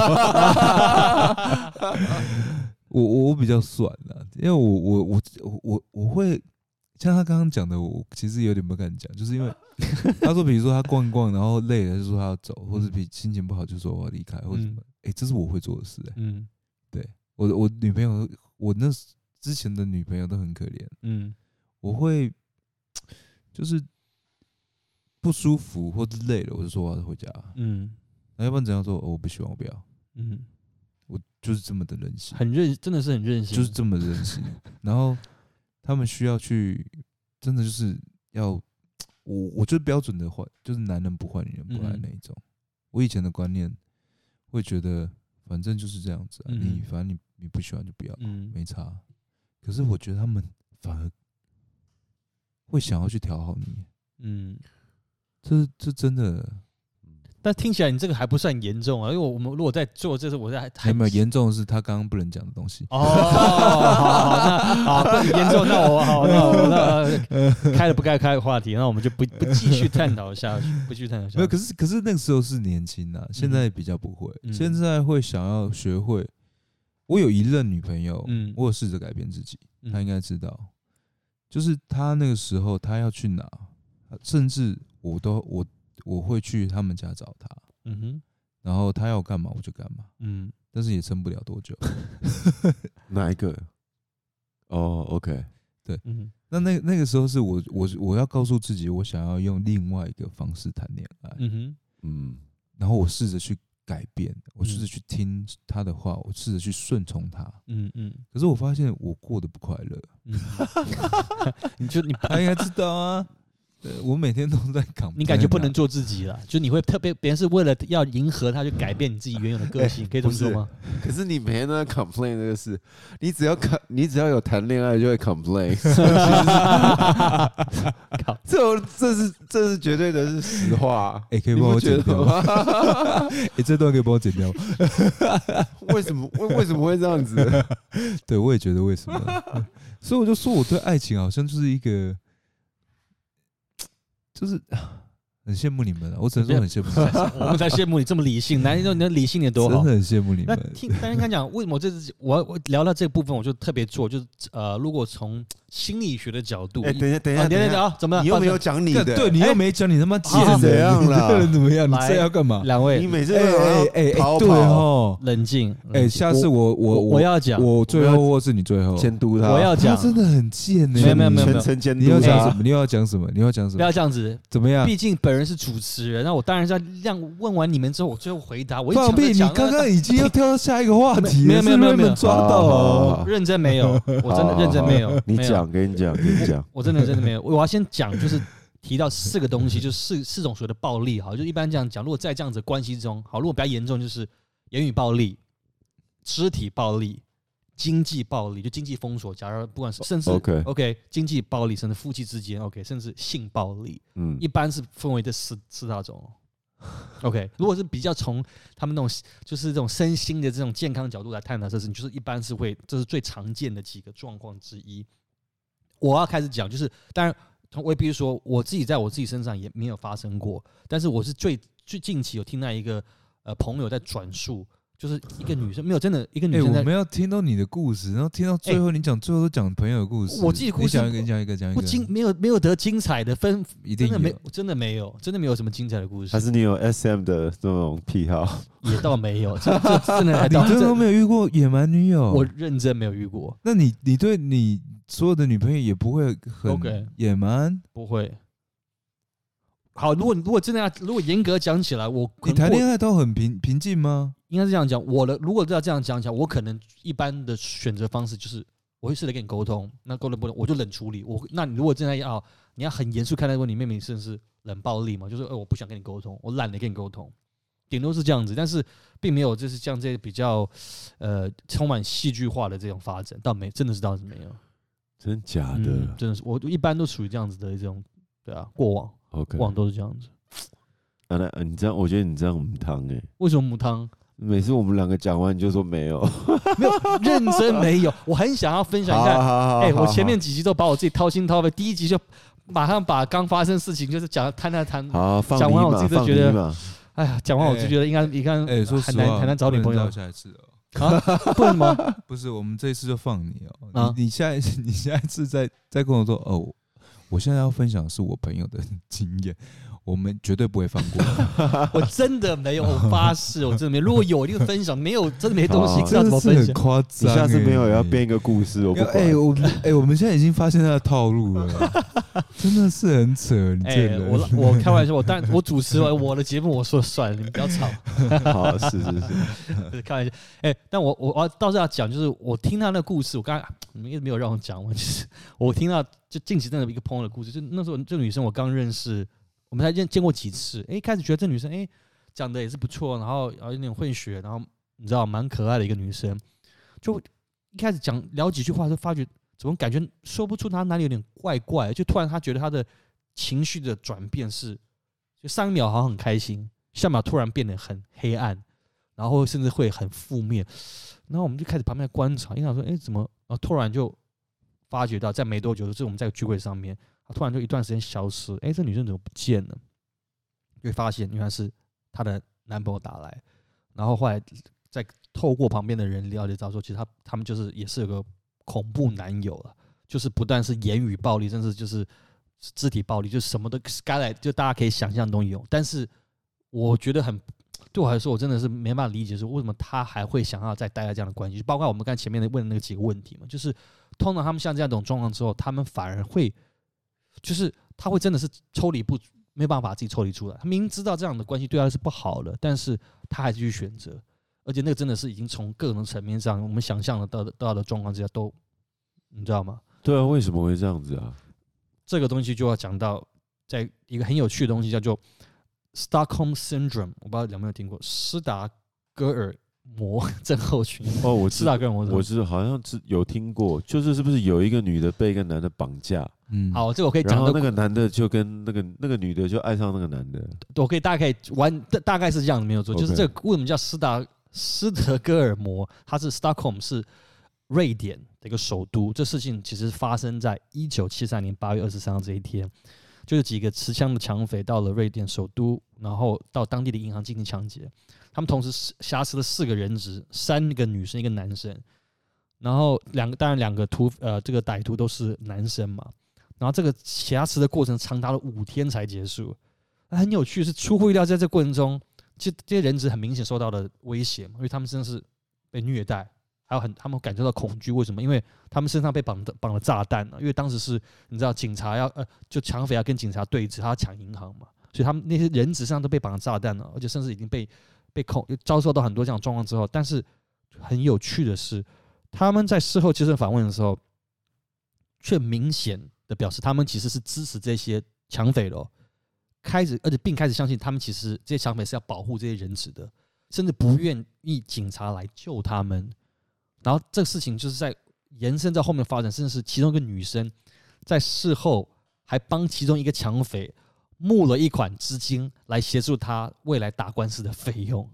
我我我比较算了，因为我我我我我我会像他刚刚讲的，我其实有点不敢讲，就 是因为他说，比如说他逛一逛，然后累了就说他要走，或者嗯比心情不好就说我要离开，或者什么，哎、这是我会做的事、欸。嗯我我女朋友，我那时之前的女朋友都很可怜，嗯我会就是不舒服或者累了，我就说我要回家。嗯那要不然怎样说、哦我不喜欢，我不要，嗯，我就是这么的任性，很任，真的是很任性，就是这么任性。然后他们需要去，真的就是要我，我就标准的坏，就是男人不坏，女人不爱嗯那一种。我以前的观念会觉得，反正就是这样子、啊，嗯你反正你你不喜欢就不要，嗯没差。可是我觉得他们反而会想要去调好你，嗯。这这真的嗯但听起来你这个还不算严重啊，因为我们如果在做这事，我在还还有没有严重的是他刚刚不能讲的东西。哦，好好那好不严重，那我好那我那开了不该开的话题，那我们就不不继续探讨下去，不继续探讨下没有，去。可是可是那个时候是年轻啊，现在比较不会，嗯现在会想要学会。我有一任女朋友，嗯我有试着改变自己，嗯她应该知道，就是她那个时候她要去哪，甚至我都我我会去他们家找她，嗯哼，然后她要干嘛我就干嘛，嗯，但是也撑不了多久。哪一个？哦，OK、o k 嗯那那那个时候是我我我要告诉自己，我想要用另外一个方式谈恋爱，嗯哼，嗯，然后我试着去改变，我试嗯着去听他的话，我试着去顺从他。嗯嗯可是我发现我过得不快乐，嗯，你就你他应该知道啊。对，我每天都在 扛，你感觉不能做自己了，就你会特别，别人是为了要迎合他，就改变你自己原有的个性，可以这么说吗？可是你每天都在 complain 这个事，你只要看，你只要有谈恋爱就会 complain， 靠，这种这是这是绝对的是实话。哎可以你帮不我觉剪得掉吗？ 哎、诶这段可以帮我剪掉吗。为什么为为什么会这样 子？对，我也觉得为什么， 所以我就说我对爱情好像就是一个，就是啊 很羡慕你们啊，我只能说很羡慕 你们，我们才羡慕你这么理性，男人你的理性点多好真的。很羡慕你那们。听，但是刚讲为什么我这次我我聊到这部分，我就特别做，就是呃，如果从心理学的角度，哎，等一下，等一啊下，等等一一下下，啊，怎么了？你又抱没歉有讲你干的，对你又没讲，你他妈哎啊贱是怎样人，你啦这人怎么样？你来这要干嘛？两你位每次哎都哎哎哎，跑对跑，哦，冷静，哎、冷静下次我嗯我我我要讲，我最后或是你最后，监督他，我要讲他，真的很贱呢、没有没有没有全程监督你要讲他什么？你要讲什么？你要讲不什么要？这样子，啊怎么样？毕竟本人是主持人，那我当然是要让问完你们之后，我最后回答。我一放讲屁！就你讲刚刚已经要跳到下一个话题了，没有没有没有没有是 Raymond 抓到好好哦好。认真没有，我哦真的认真没有。你没有，讲，跟你讲，跟你讲，我真的真的没有。我要先讲，就是提到四个东西，就是四四种所谓的暴力哈，就一般这样讲。如果在这样子的关系中，好，如果比较严重，就是言语暴力、肢体暴力、经济暴力，就经济封锁。假如不管是甚至 OK OK 经济暴力，甚至夫妻之间 OK，甚至性暴力。嗯一，般是分为这四四大种。OK，如果是比较从他们那种就是这种身心的这种健康角度来探讨这事情，就是一般是会这是最常见的几个状况之一。我要开始讲，就是当然，从我也必须说，我自己在我自己身上也没有发生过，但是我是最最近期有听到一个呃朋友在转述，就是一个女生没有真的一个哎、女生我在哎们要听到你的故事，然后听到最后，你讲最后都讲朋友的故事，我自己的故事你讲一个，你讲一个，讲一不个，精没有没有得精彩的分，一定真的没有真的没有真的没有什么精彩的故还事，是你有 SM 的这种癖好？也倒没有，这这这真的还你倒真真的都没有遇过野蛮女友？我认真没有遇过，那你你对你所有的女朋友也不会很 OK 野蛮？不会。好，如果如果真的要，如果严格讲起来，我可你能谈恋过爱都很平平静吗？应该是这样讲，我的如果要这样讲起来，我可能一般的选择方式就是，我会试着跟你沟通，那沟通不能我就冷处理。我那你如果真的要你要很严肃看待问题，妹妹甚至冷暴力嘛，就是呃我不想跟你沟通，我懒得跟你沟通，顶多是这样子，但是并没有就是像这些比较呃充满戏剧化的这种发展，倒没真的是倒是没有。真假嗯，的真的是，我一般都属于这样子的这种，对啊，过往？OK，过往都是这样子。啊，那啊你这样，我觉得你这样很烫哎。为什么母 汤每次我们两个讲完，你就说没有。没有认真没有？我很想要分享一好下，好好哎，好我前好面几集都把我自己掏心掏肺，第一集就马上把刚发生事情就是讲摊摊摊，好放讲完屁我嘛自己都放觉屁得嘛哎呀，讲完我就觉得应该应该哎、说实很话，嗯难很难找女朋友不能找下一次哦。啊，不能吗？不是，我们这一次就放你哦。啊你你下一次，你 下一次再再跟我说哦，我我现在要分享的是我朋友的经验，我们绝对不会放 过你。我真的没有，我发誓，我真的没有。如果有一个分享，没有真的没东西，好知道怎么真的分哦是很享？夸你张、下次没有也要哎编一个故事，我不要哎、管。我们哎、我们现在已经发现他的套路了， 真的是很扯，你哎这人。，我我开玩笑，我当然我主持完我的节目，我说了算，你们不要吵。好，是是是，不是开玩笑，哎、但我我我要倒是要讲，就是我听他那故事，我刚才你们也没有让我讲完，就是我听到就近期真的一个朋友的故事，就那时候这个女生我刚认识，我们才见见过几次，哎、开始觉得这女生哎、讲的也是不错，然后然后有点混血，然后你知道蛮可爱的一个女生，就一开始讲聊几句话就发觉怎么感觉说不出她哪里有点怪怪，就突然她觉得她的情绪的转变是，就上一秒好像很开心，下一秒突然变得很黑暗。然后甚至会很负面。然后我们就开始旁边观察，因为想说，哎，怎么？然后突然就发觉到，在没多久，就是我们在聚会上面，她突然就一段时间消失，哎，这女生怎么不见了？就会发现原来是她的男朋友打来，然后后来再透过旁边的人了解到说，其实她他们就是也是有个恐怖男友了，就是不但是言语暴力，甚至就是肢体暴力，就什么都该来，就大家可以想象的东西有。但是我觉得很对我来说，我真的是没办法理解，说为什么他还会想要再待在这样的关系，包括我们刚才前面的问的那几个问题嘛，就是通常他们像这样一种状况之后，他们反而会，就是他会真的是抽离不，没有办法把自己抽离出来。他明知道这样的关系对他是不好的，但是他还是去选择，而且那个真的是已经从各种层面上，我们想象得到的到的状况之下都，你知道吗？对啊，为什么会这样子啊？这个东西就要讲到在一个很有趣的东西，叫做 Stockholm Syndrome，我不知道有没有听过斯达哥尔摩症候群。哦，我斯知达哥尔摩症候我群。是好像是有听过，就是是不是有一个女的被一个男的绑架，嗯，好，这个我可以然讲后的，那个男的就跟那个那个女的就爱上那个男的，我可以大概完，大大概是这样的，没有错。就是 OK 这个为什么叫斯达斯德哥尔摩？它是 Stockholm 是瑞典的一个首都。这事情其实发生在一九七三年八月二十三号这一天。就是几个持枪的抢匪到了瑞典首都，然后到当地的银行进行抢劫。他们同时是挟持了四个人质，三个女生，一个男生。然后两个当然两个徒呃这个歹徒都是男生嘛。然后这个挟持的过程长达了五天才结束。那很有趣是出乎意料，在这过程中，这这些人质很明显受到了威胁嘛，因为他们真的是被虐待，还有很他们感受到恐惧。为什么？因为他们身上被绑的绑了炸弹啊了、因为当时是你知道警察要呃就抢匪要跟警察对峙，他要抢银行嘛，所以他们那些人质身上都被绑了炸弹啊了，而且甚至已经被被控遭受到很多这样的状况之后，但是很有趣的是，他们在事后接受访问的时候，却明显的表示他们其实是支持这些抢匪的、哦，开始而且并开始相信他们其实这些抢匪是要保护这些人质的，甚至不愿意警察来救他们。然后这个事情就是在延伸在后面发展，甚至是其中一个女生在事后还帮其中一个抢匪募了一款资金来协助他未来打官司的费用，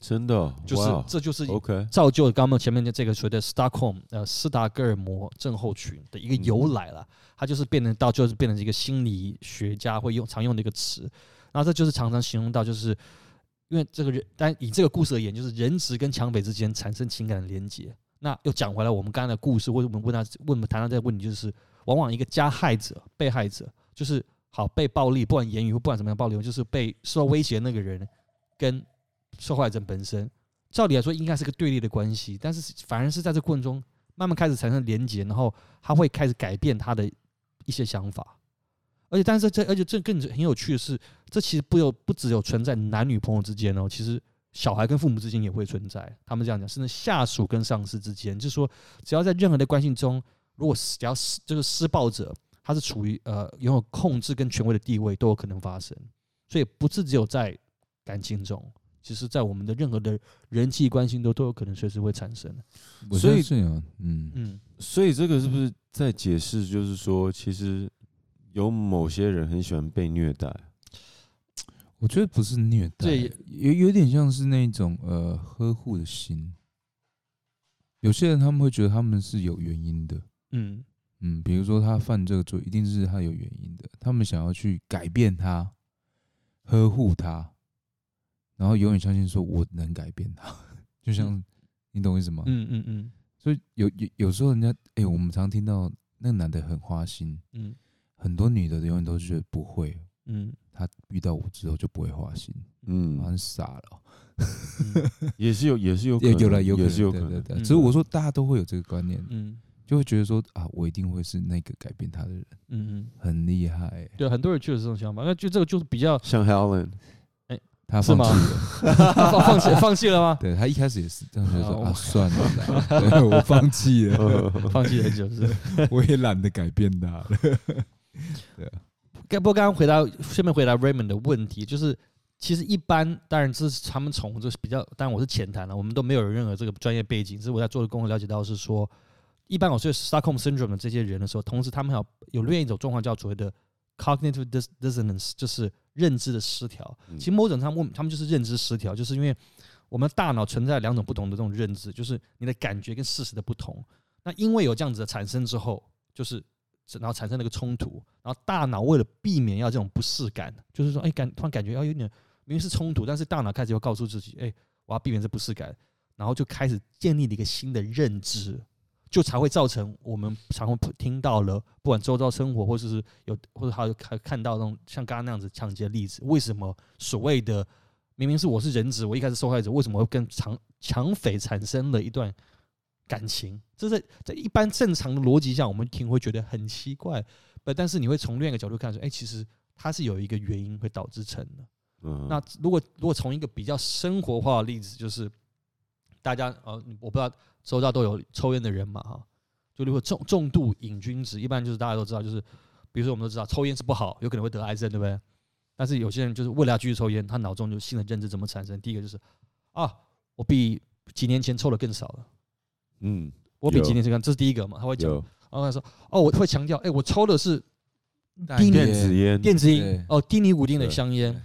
真的哦，就是哇哦这就是 OK，造就刚刚前面的这个所谓的 Stockholm 呃斯达哥尔摩症候群的一个由来了。它就是变成到就是变成一个心理学家会用常用的一个词，然后这就是常常形容到就是。因为这个人，但以这个故事而言，就是人质跟抢匪之间产生情感的连结。那又讲回来，我们刚才的故事，或者我们问他问我们谈到这个问题，就是往往一个加害者、被害者，就是好被暴力，不管言语，不管怎么样暴力，就是被受到威胁的那个人跟受害者本身，照理来说应该是个对立的关系，但是反而是在这过程中慢慢开始产生连结，然后他会开始改变他的一些想法。而且，但是这而且这更很有趣的是，这其实不有不只有存在男女朋友之间哦，其实小孩跟父母之间也会存在。他们这样讲，甚至下属跟上司之间，就是说，只要在任何的关系中，如果只要施这个施暴者他是处于呃拥有控制跟权威的地位，都有可能发生。所以不是只有在感情中，其实在我们的任何的人际关系都都有可能随时会产生。我所以相信啊，嗯，嗯，所以这个是不是在解释，就是说，其实有某些人很喜欢被虐待，我觉得不是虐待对，有有点像是那种呃呵护的心。有些人他们会觉得他们是有原因的，嗯，嗯，比如说他犯这个罪，一定是他有原因的，他们想要去改变他，呵护他，然后永远相信说我能改变他， 就像、你懂我意思吗？嗯嗯嗯所以有有有时候人家哎、我们常听到那个男的很花心，嗯很多女的永远都觉得不会，嗯他遇到我之后就不会花心，好嗯，像傻了哦、嗯也是有，也是有可也能，有了，有可也能，是有可对对能，对。嗯只是我说大家都会有这个观念，嗯就会觉得说啊，我一定会是那个改变他的人，嗯嗯，很厉害欸、 对，很多人确实是这种想法，那就这个就是比 较像 Helen，他是放吗弃了，放放弃放弃了吗？对他一开始也是这样觉得说哦啊，算了啦， 对我放弃 了，呃放弃很久是不是？我也懒得改变他了。 该不过刚刚回答顺便回答 Raymond 的问题，就是其实一般当然这是他们从就是比较，当然我是浅谈了，我们都没有任何这个专业背景，只是我在做的功课了解到是说，一般我说 Stockholm syndrome 的这些人的时候，同时他们还有有另一种状况叫所谓的 cognitive dis- dissonance，就是认知的失调。嗯其实某种他们他们就是认知失调，就是因为我们大脑存在两种不同的这种认知，就是你的感觉跟事实的不同。那因为有这样子的产生之后，就是然后产生了一个冲突，然后大脑为了避免要这种不适感，就是说，哎，感突然感觉要有点明明是冲突，但是大脑开始要告诉自己，哎，我要避免这不适感，然后就开始建立了一个新的认知，就才会造成我们常会听到了，不管周遭生活或者是有或者还有看看到那种像刚刚那样子抢劫的例子，为什么所谓的明明是我是人质，我一开始受害者，为什么会跟抢抢匪产生了一段感情？这在在一般正常的逻辑下，我们听会觉得很奇怪，不，但是你会从另一个角度看说，哎、其实它是有一个原因会导致成的。嗯，那如果如果从一个比较生活化的例子，就是大家呃，我不知道周遭都有抽烟的人嘛哈，就如果重重度瘾君子，一般就是大家都知道，就是比如说我们都知道抽烟是不好，有可能会得癌症，对不对？但是有些人就是为了要继续抽烟，他脑中就新的认知怎么产生？第一个就是啊，我比几年前抽的更少了，嗯，我比有几年前更，这是第一个嘛，他会讲，有然后他说哦，我会强调，哎、我抽的是但电电子烟，电子烟对哦，丁尼古丁的嗯对香烟对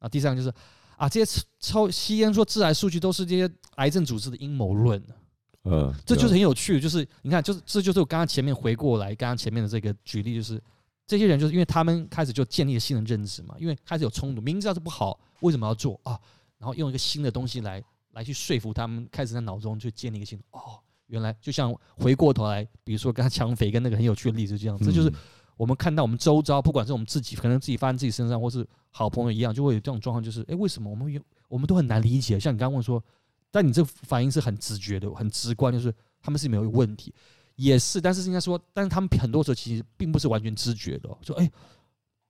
啊，第三个就是啊，这些抽吸烟说致癌数据都是这些癌症组织的阴谋论，啊呃，这就是有很有趣，就是你看，就是这就是我刚刚前面回过来，刚刚前面的这个举例，就是这些人就是因为他们开始就建立了新的认知嘛，因为开始有冲突，明知道这不好，为什么要做啊？然后用一个新的东西来来去说服他们，开始在脑中去建立一个新的哦，原来就像回过头来，比如说刚才抢匪跟那个很有趣的例子这样，这就是嗯我们看到我们周遭，不管是我们自己，可能自己发生自己身上，或是好朋友一样，就会有这种状况，就是诶，为什么我们有我们都很难理解？像你刚刚问说，但你这反应是很直觉的，很直观，就是他们是没有问题，也是，但是应该说，但是他们很多时候其实并不是完全知觉的、哦，说诶，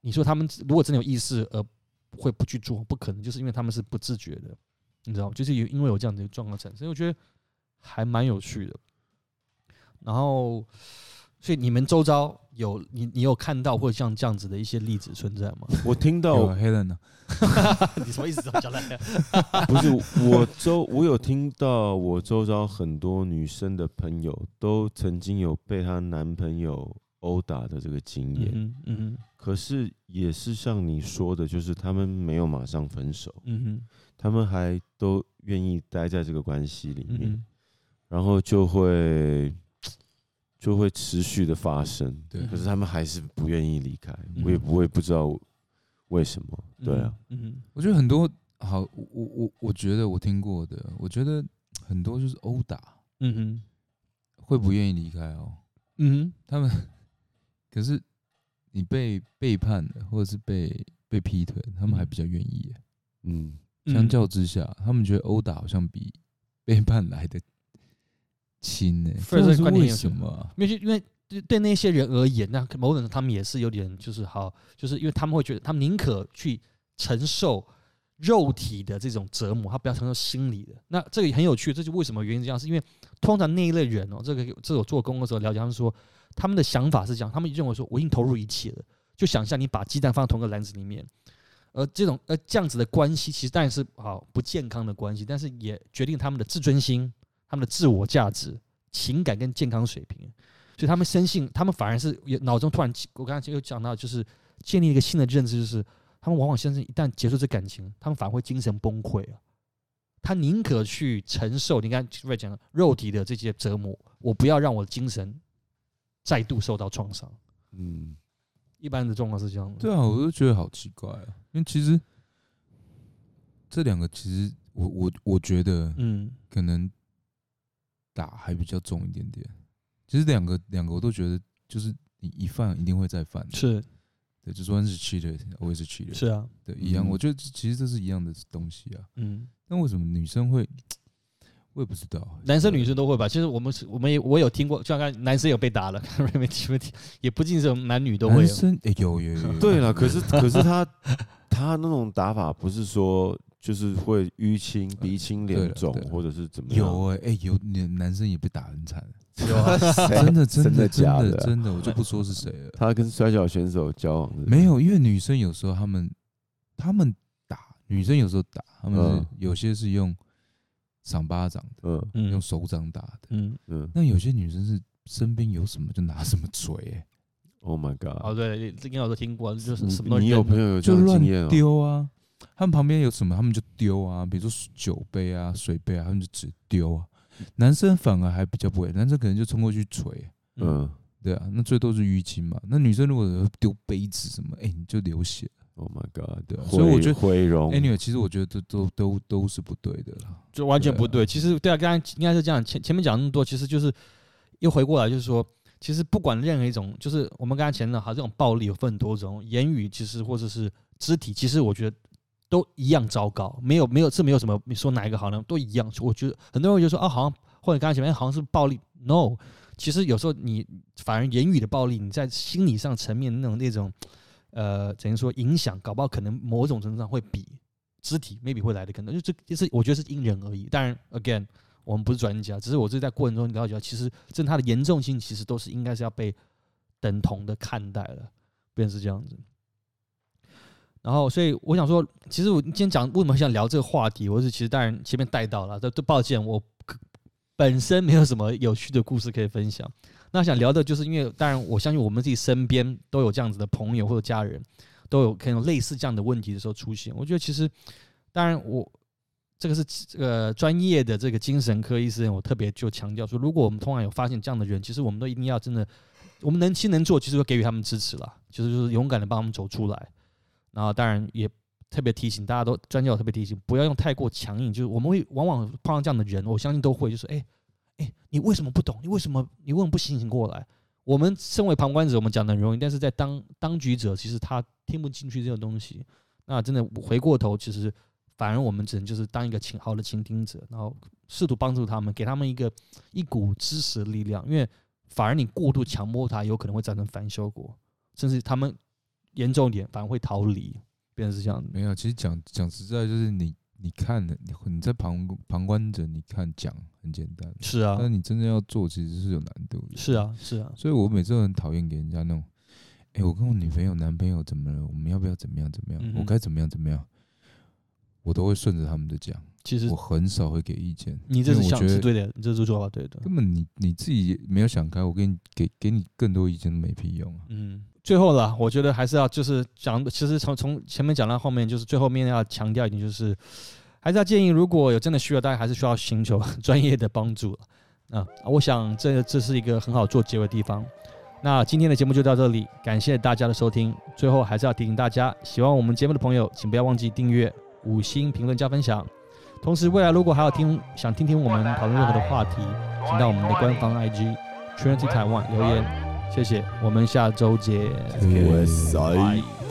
你说他们如果真的有意识而会不去做，不可能，就是因为他们是不自觉的，你知道吗？就是有因为有这样的状况产生，我觉得还蛮有趣的。然后，所以你们周遭有你你有看到或像这样子的一些例子存在吗？我听有到啊 Helen 呢、 你什么意思？啊讲来，不是我周，我有听到我周遭很多女生的朋友都曾经有被她男朋友殴打的这个经验，嗯哼嗯可是也是像你说的，就是他们没有马上分手，哼嗯他们还都愿意待在这个关系里哼面，嗯然后就会就会持续的发生。对可是他们还是不愿意离开，我也嗯不会不知道为什么。哼，对啊，嗯哼，我觉得很多好，我我我我觉得我听过的，我觉得很多就是殴打嗯哼，会不愿意离开哦。嗯他们可是你被背叛了，或者是被被劈腿，他们还比较愿意啊耶。嗯，哼，相较之下，他们觉得殴打好像比 背叛来的轻呢。 First 不知道是观点为也是什么啊？因为因为对对那些人而言，那某种程度他们也是有点就是好，就是因为他们会觉得他们宁可去承受肉体的这种折磨，他不要承受心理的。那这个也很有趣，这就为什么原因这样，是因为通常那一类人哦，这个这我做工的时候了解，他们说他们的想法是这样，他们认为说我已经投入一切了，就想象你把鸡蛋放在同一个篮子里面。而这种呃这样子的关系，其实当然是好不健康的关系，但是也决定他们的自尊心、他们的自我价值、情感跟健康水平。所以他们深信，他们反而是也脑中突然起，我刚才又讲到，就是建立一个新的认知，就是他们往往相信，一旦结束这感情，他们反而会精神崩溃啊。他宁可去承受你刚才讲的肉体的这些折磨，我不要让我的精神再度受到创伤。嗯，一般的状况是这样的。对啊，我就觉得好奇怪啊，因为其实这两个其实我我我觉得嗯可能打还比较重一点点。其实两个两个我都觉得就是你一犯一定会再犯的，是对，就算是 cheater，always a cheater，是啊，对，一样。嗯我觉得这其实这是一样的东西啊。嗯，但为什么女生会？我也不知道，啊男生对女生都会吧。其实我们是我们也我有听过，就像刚才男生有被打了， 看没没也不尽是男女都会男有。生、欸、有有有有对了，可是可是他他那种打法不是说就是会淤青、鼻青对脸了肿对了或者是怎么样？ 有哎、欸、有男男生也被打很惨，有啊，真的 真真的的假真的真的，我就不说是谁了。他跟摔跤选手交往的没有，因为女生有时候她们她们打女生有时候打，她们是、嗯有些是用赏巴掌的，嗯 嗯用手掌打的。嗯，嗯那有些女生是身边有什么就拿什么锤、欸， ，Oh my 哦 god！对，这应该我都听过，就是什么东你西嗯你有朋友 有这就样的乱经验哦？丢啊。他们旁边有什么，他们就丢啊，比如说酒杯啊、水杯啊，他们就只丢啊。男生反而还比较不会，男生可能就冲过去锤，啊嗯对啊，那最多是淤青嘛。那女生如果有丢杯子什么，哎、你就流血。 ，Oh my god！对啊毁所以我觉得毁哦容 Anyway，其实我觉得这都都都是不对的啦。就完全不对。对啊其实对啊，刚才应该是这样，前前面讲那么多，其实就是又回过来，就是说，其实不管任何一种，就是我们刚才前面好这种暴力有分很多种，言语其实或者是肢体，其实我觉得都一样糟糕，没有没有这没有什么你说哪一个好呢，都一样。我觉得很多人就说啊，好像或者刚才前面好像是暴力，no，其实有时候你反而言语的暴力，你在心理上层面那种那种。呃，等于说影响，搞不好可能某种程度上会比肢体 maybe 会来的可能，就这就是我觉得是因人而异。当然，again，我们不是专家，只是我是在过程中了解到，其实真的它的严重性其实都是应该是要被等同的看待了，便是这样子。然后，所以我想说，其实我今天讲为什么想聊这个话题，我是其实当然前面带到了，都都抱歉，我本身没有什么有趣的故事可以分享。那想聊的就是因为，当然我相信我们自己身边都有这样子的朋友或者家人，都有可能有类似这样的问题的时候出现。我觉得其实，当然我这个是这个专业的这个精神科医生，我特别就强调说，如果我们通常有发现这样的人，其实我们都一定要真的我们能亲能做，其实要给予他们支持了，就是就是勇敢的帮他们走出来。然后当然也特别提醒大家都专家有特别提醒，不要用太过强硬，就是我们会往往碰到这样的人，我相信都会，就是哎哎、你为什么不懂？你为什么你为什么不醒醒过来？我们身为旁观者，我们讲的很容易，但是在当当局者，其实他听不进去这种东西。那真的回过头，其实反而我们只能就是当一个倾好的倾听者，然后试图帮助他们，给他们一个一股支持的力量，因为反而你过度强迫他，有可能会造成反效果，甚至他们严重一点反而会逃离，变成是这样的。没有，其实讲讲实在，就是你你看的，你你在旁旁观者，你看讲很简单，是啊，但你真正要做，其实是有难度的。是，啊，是啊，所以我每次都很讨厌给人家那种，哎、我跟我女朋友、男朋友怎么了？我们要不要怎么样怎么样？嗯哼我该怎么样怎么样？我都会顺着他们的讲，其实我很少会给意见。你这因是为我想觉是得对的，你这是做法对的。根本你你自己也没有想开，我给你给给你更多意见都没屁用啊。嗯，最后了，我觉得还是要就是讲，其实从从前面讲到后面，就是最后面要强调一点，就是还是要建议，如果有真的需要，大家还是需要寻求专业的帮助啊、我想这这是一个很好做结尾的地方。那今天的节目就到这里，感谢大家的收听。最后还是要提醒大家，喜欢我们节目的朋友，请不要忘记订阅、五星评论加分享。同时，未来如果还有听想听听我们讨论任何的话题，请到我们的官方 IG 嗯 Trinity Taiwan 留言。谢谢，我们下周见。对哇塞！拜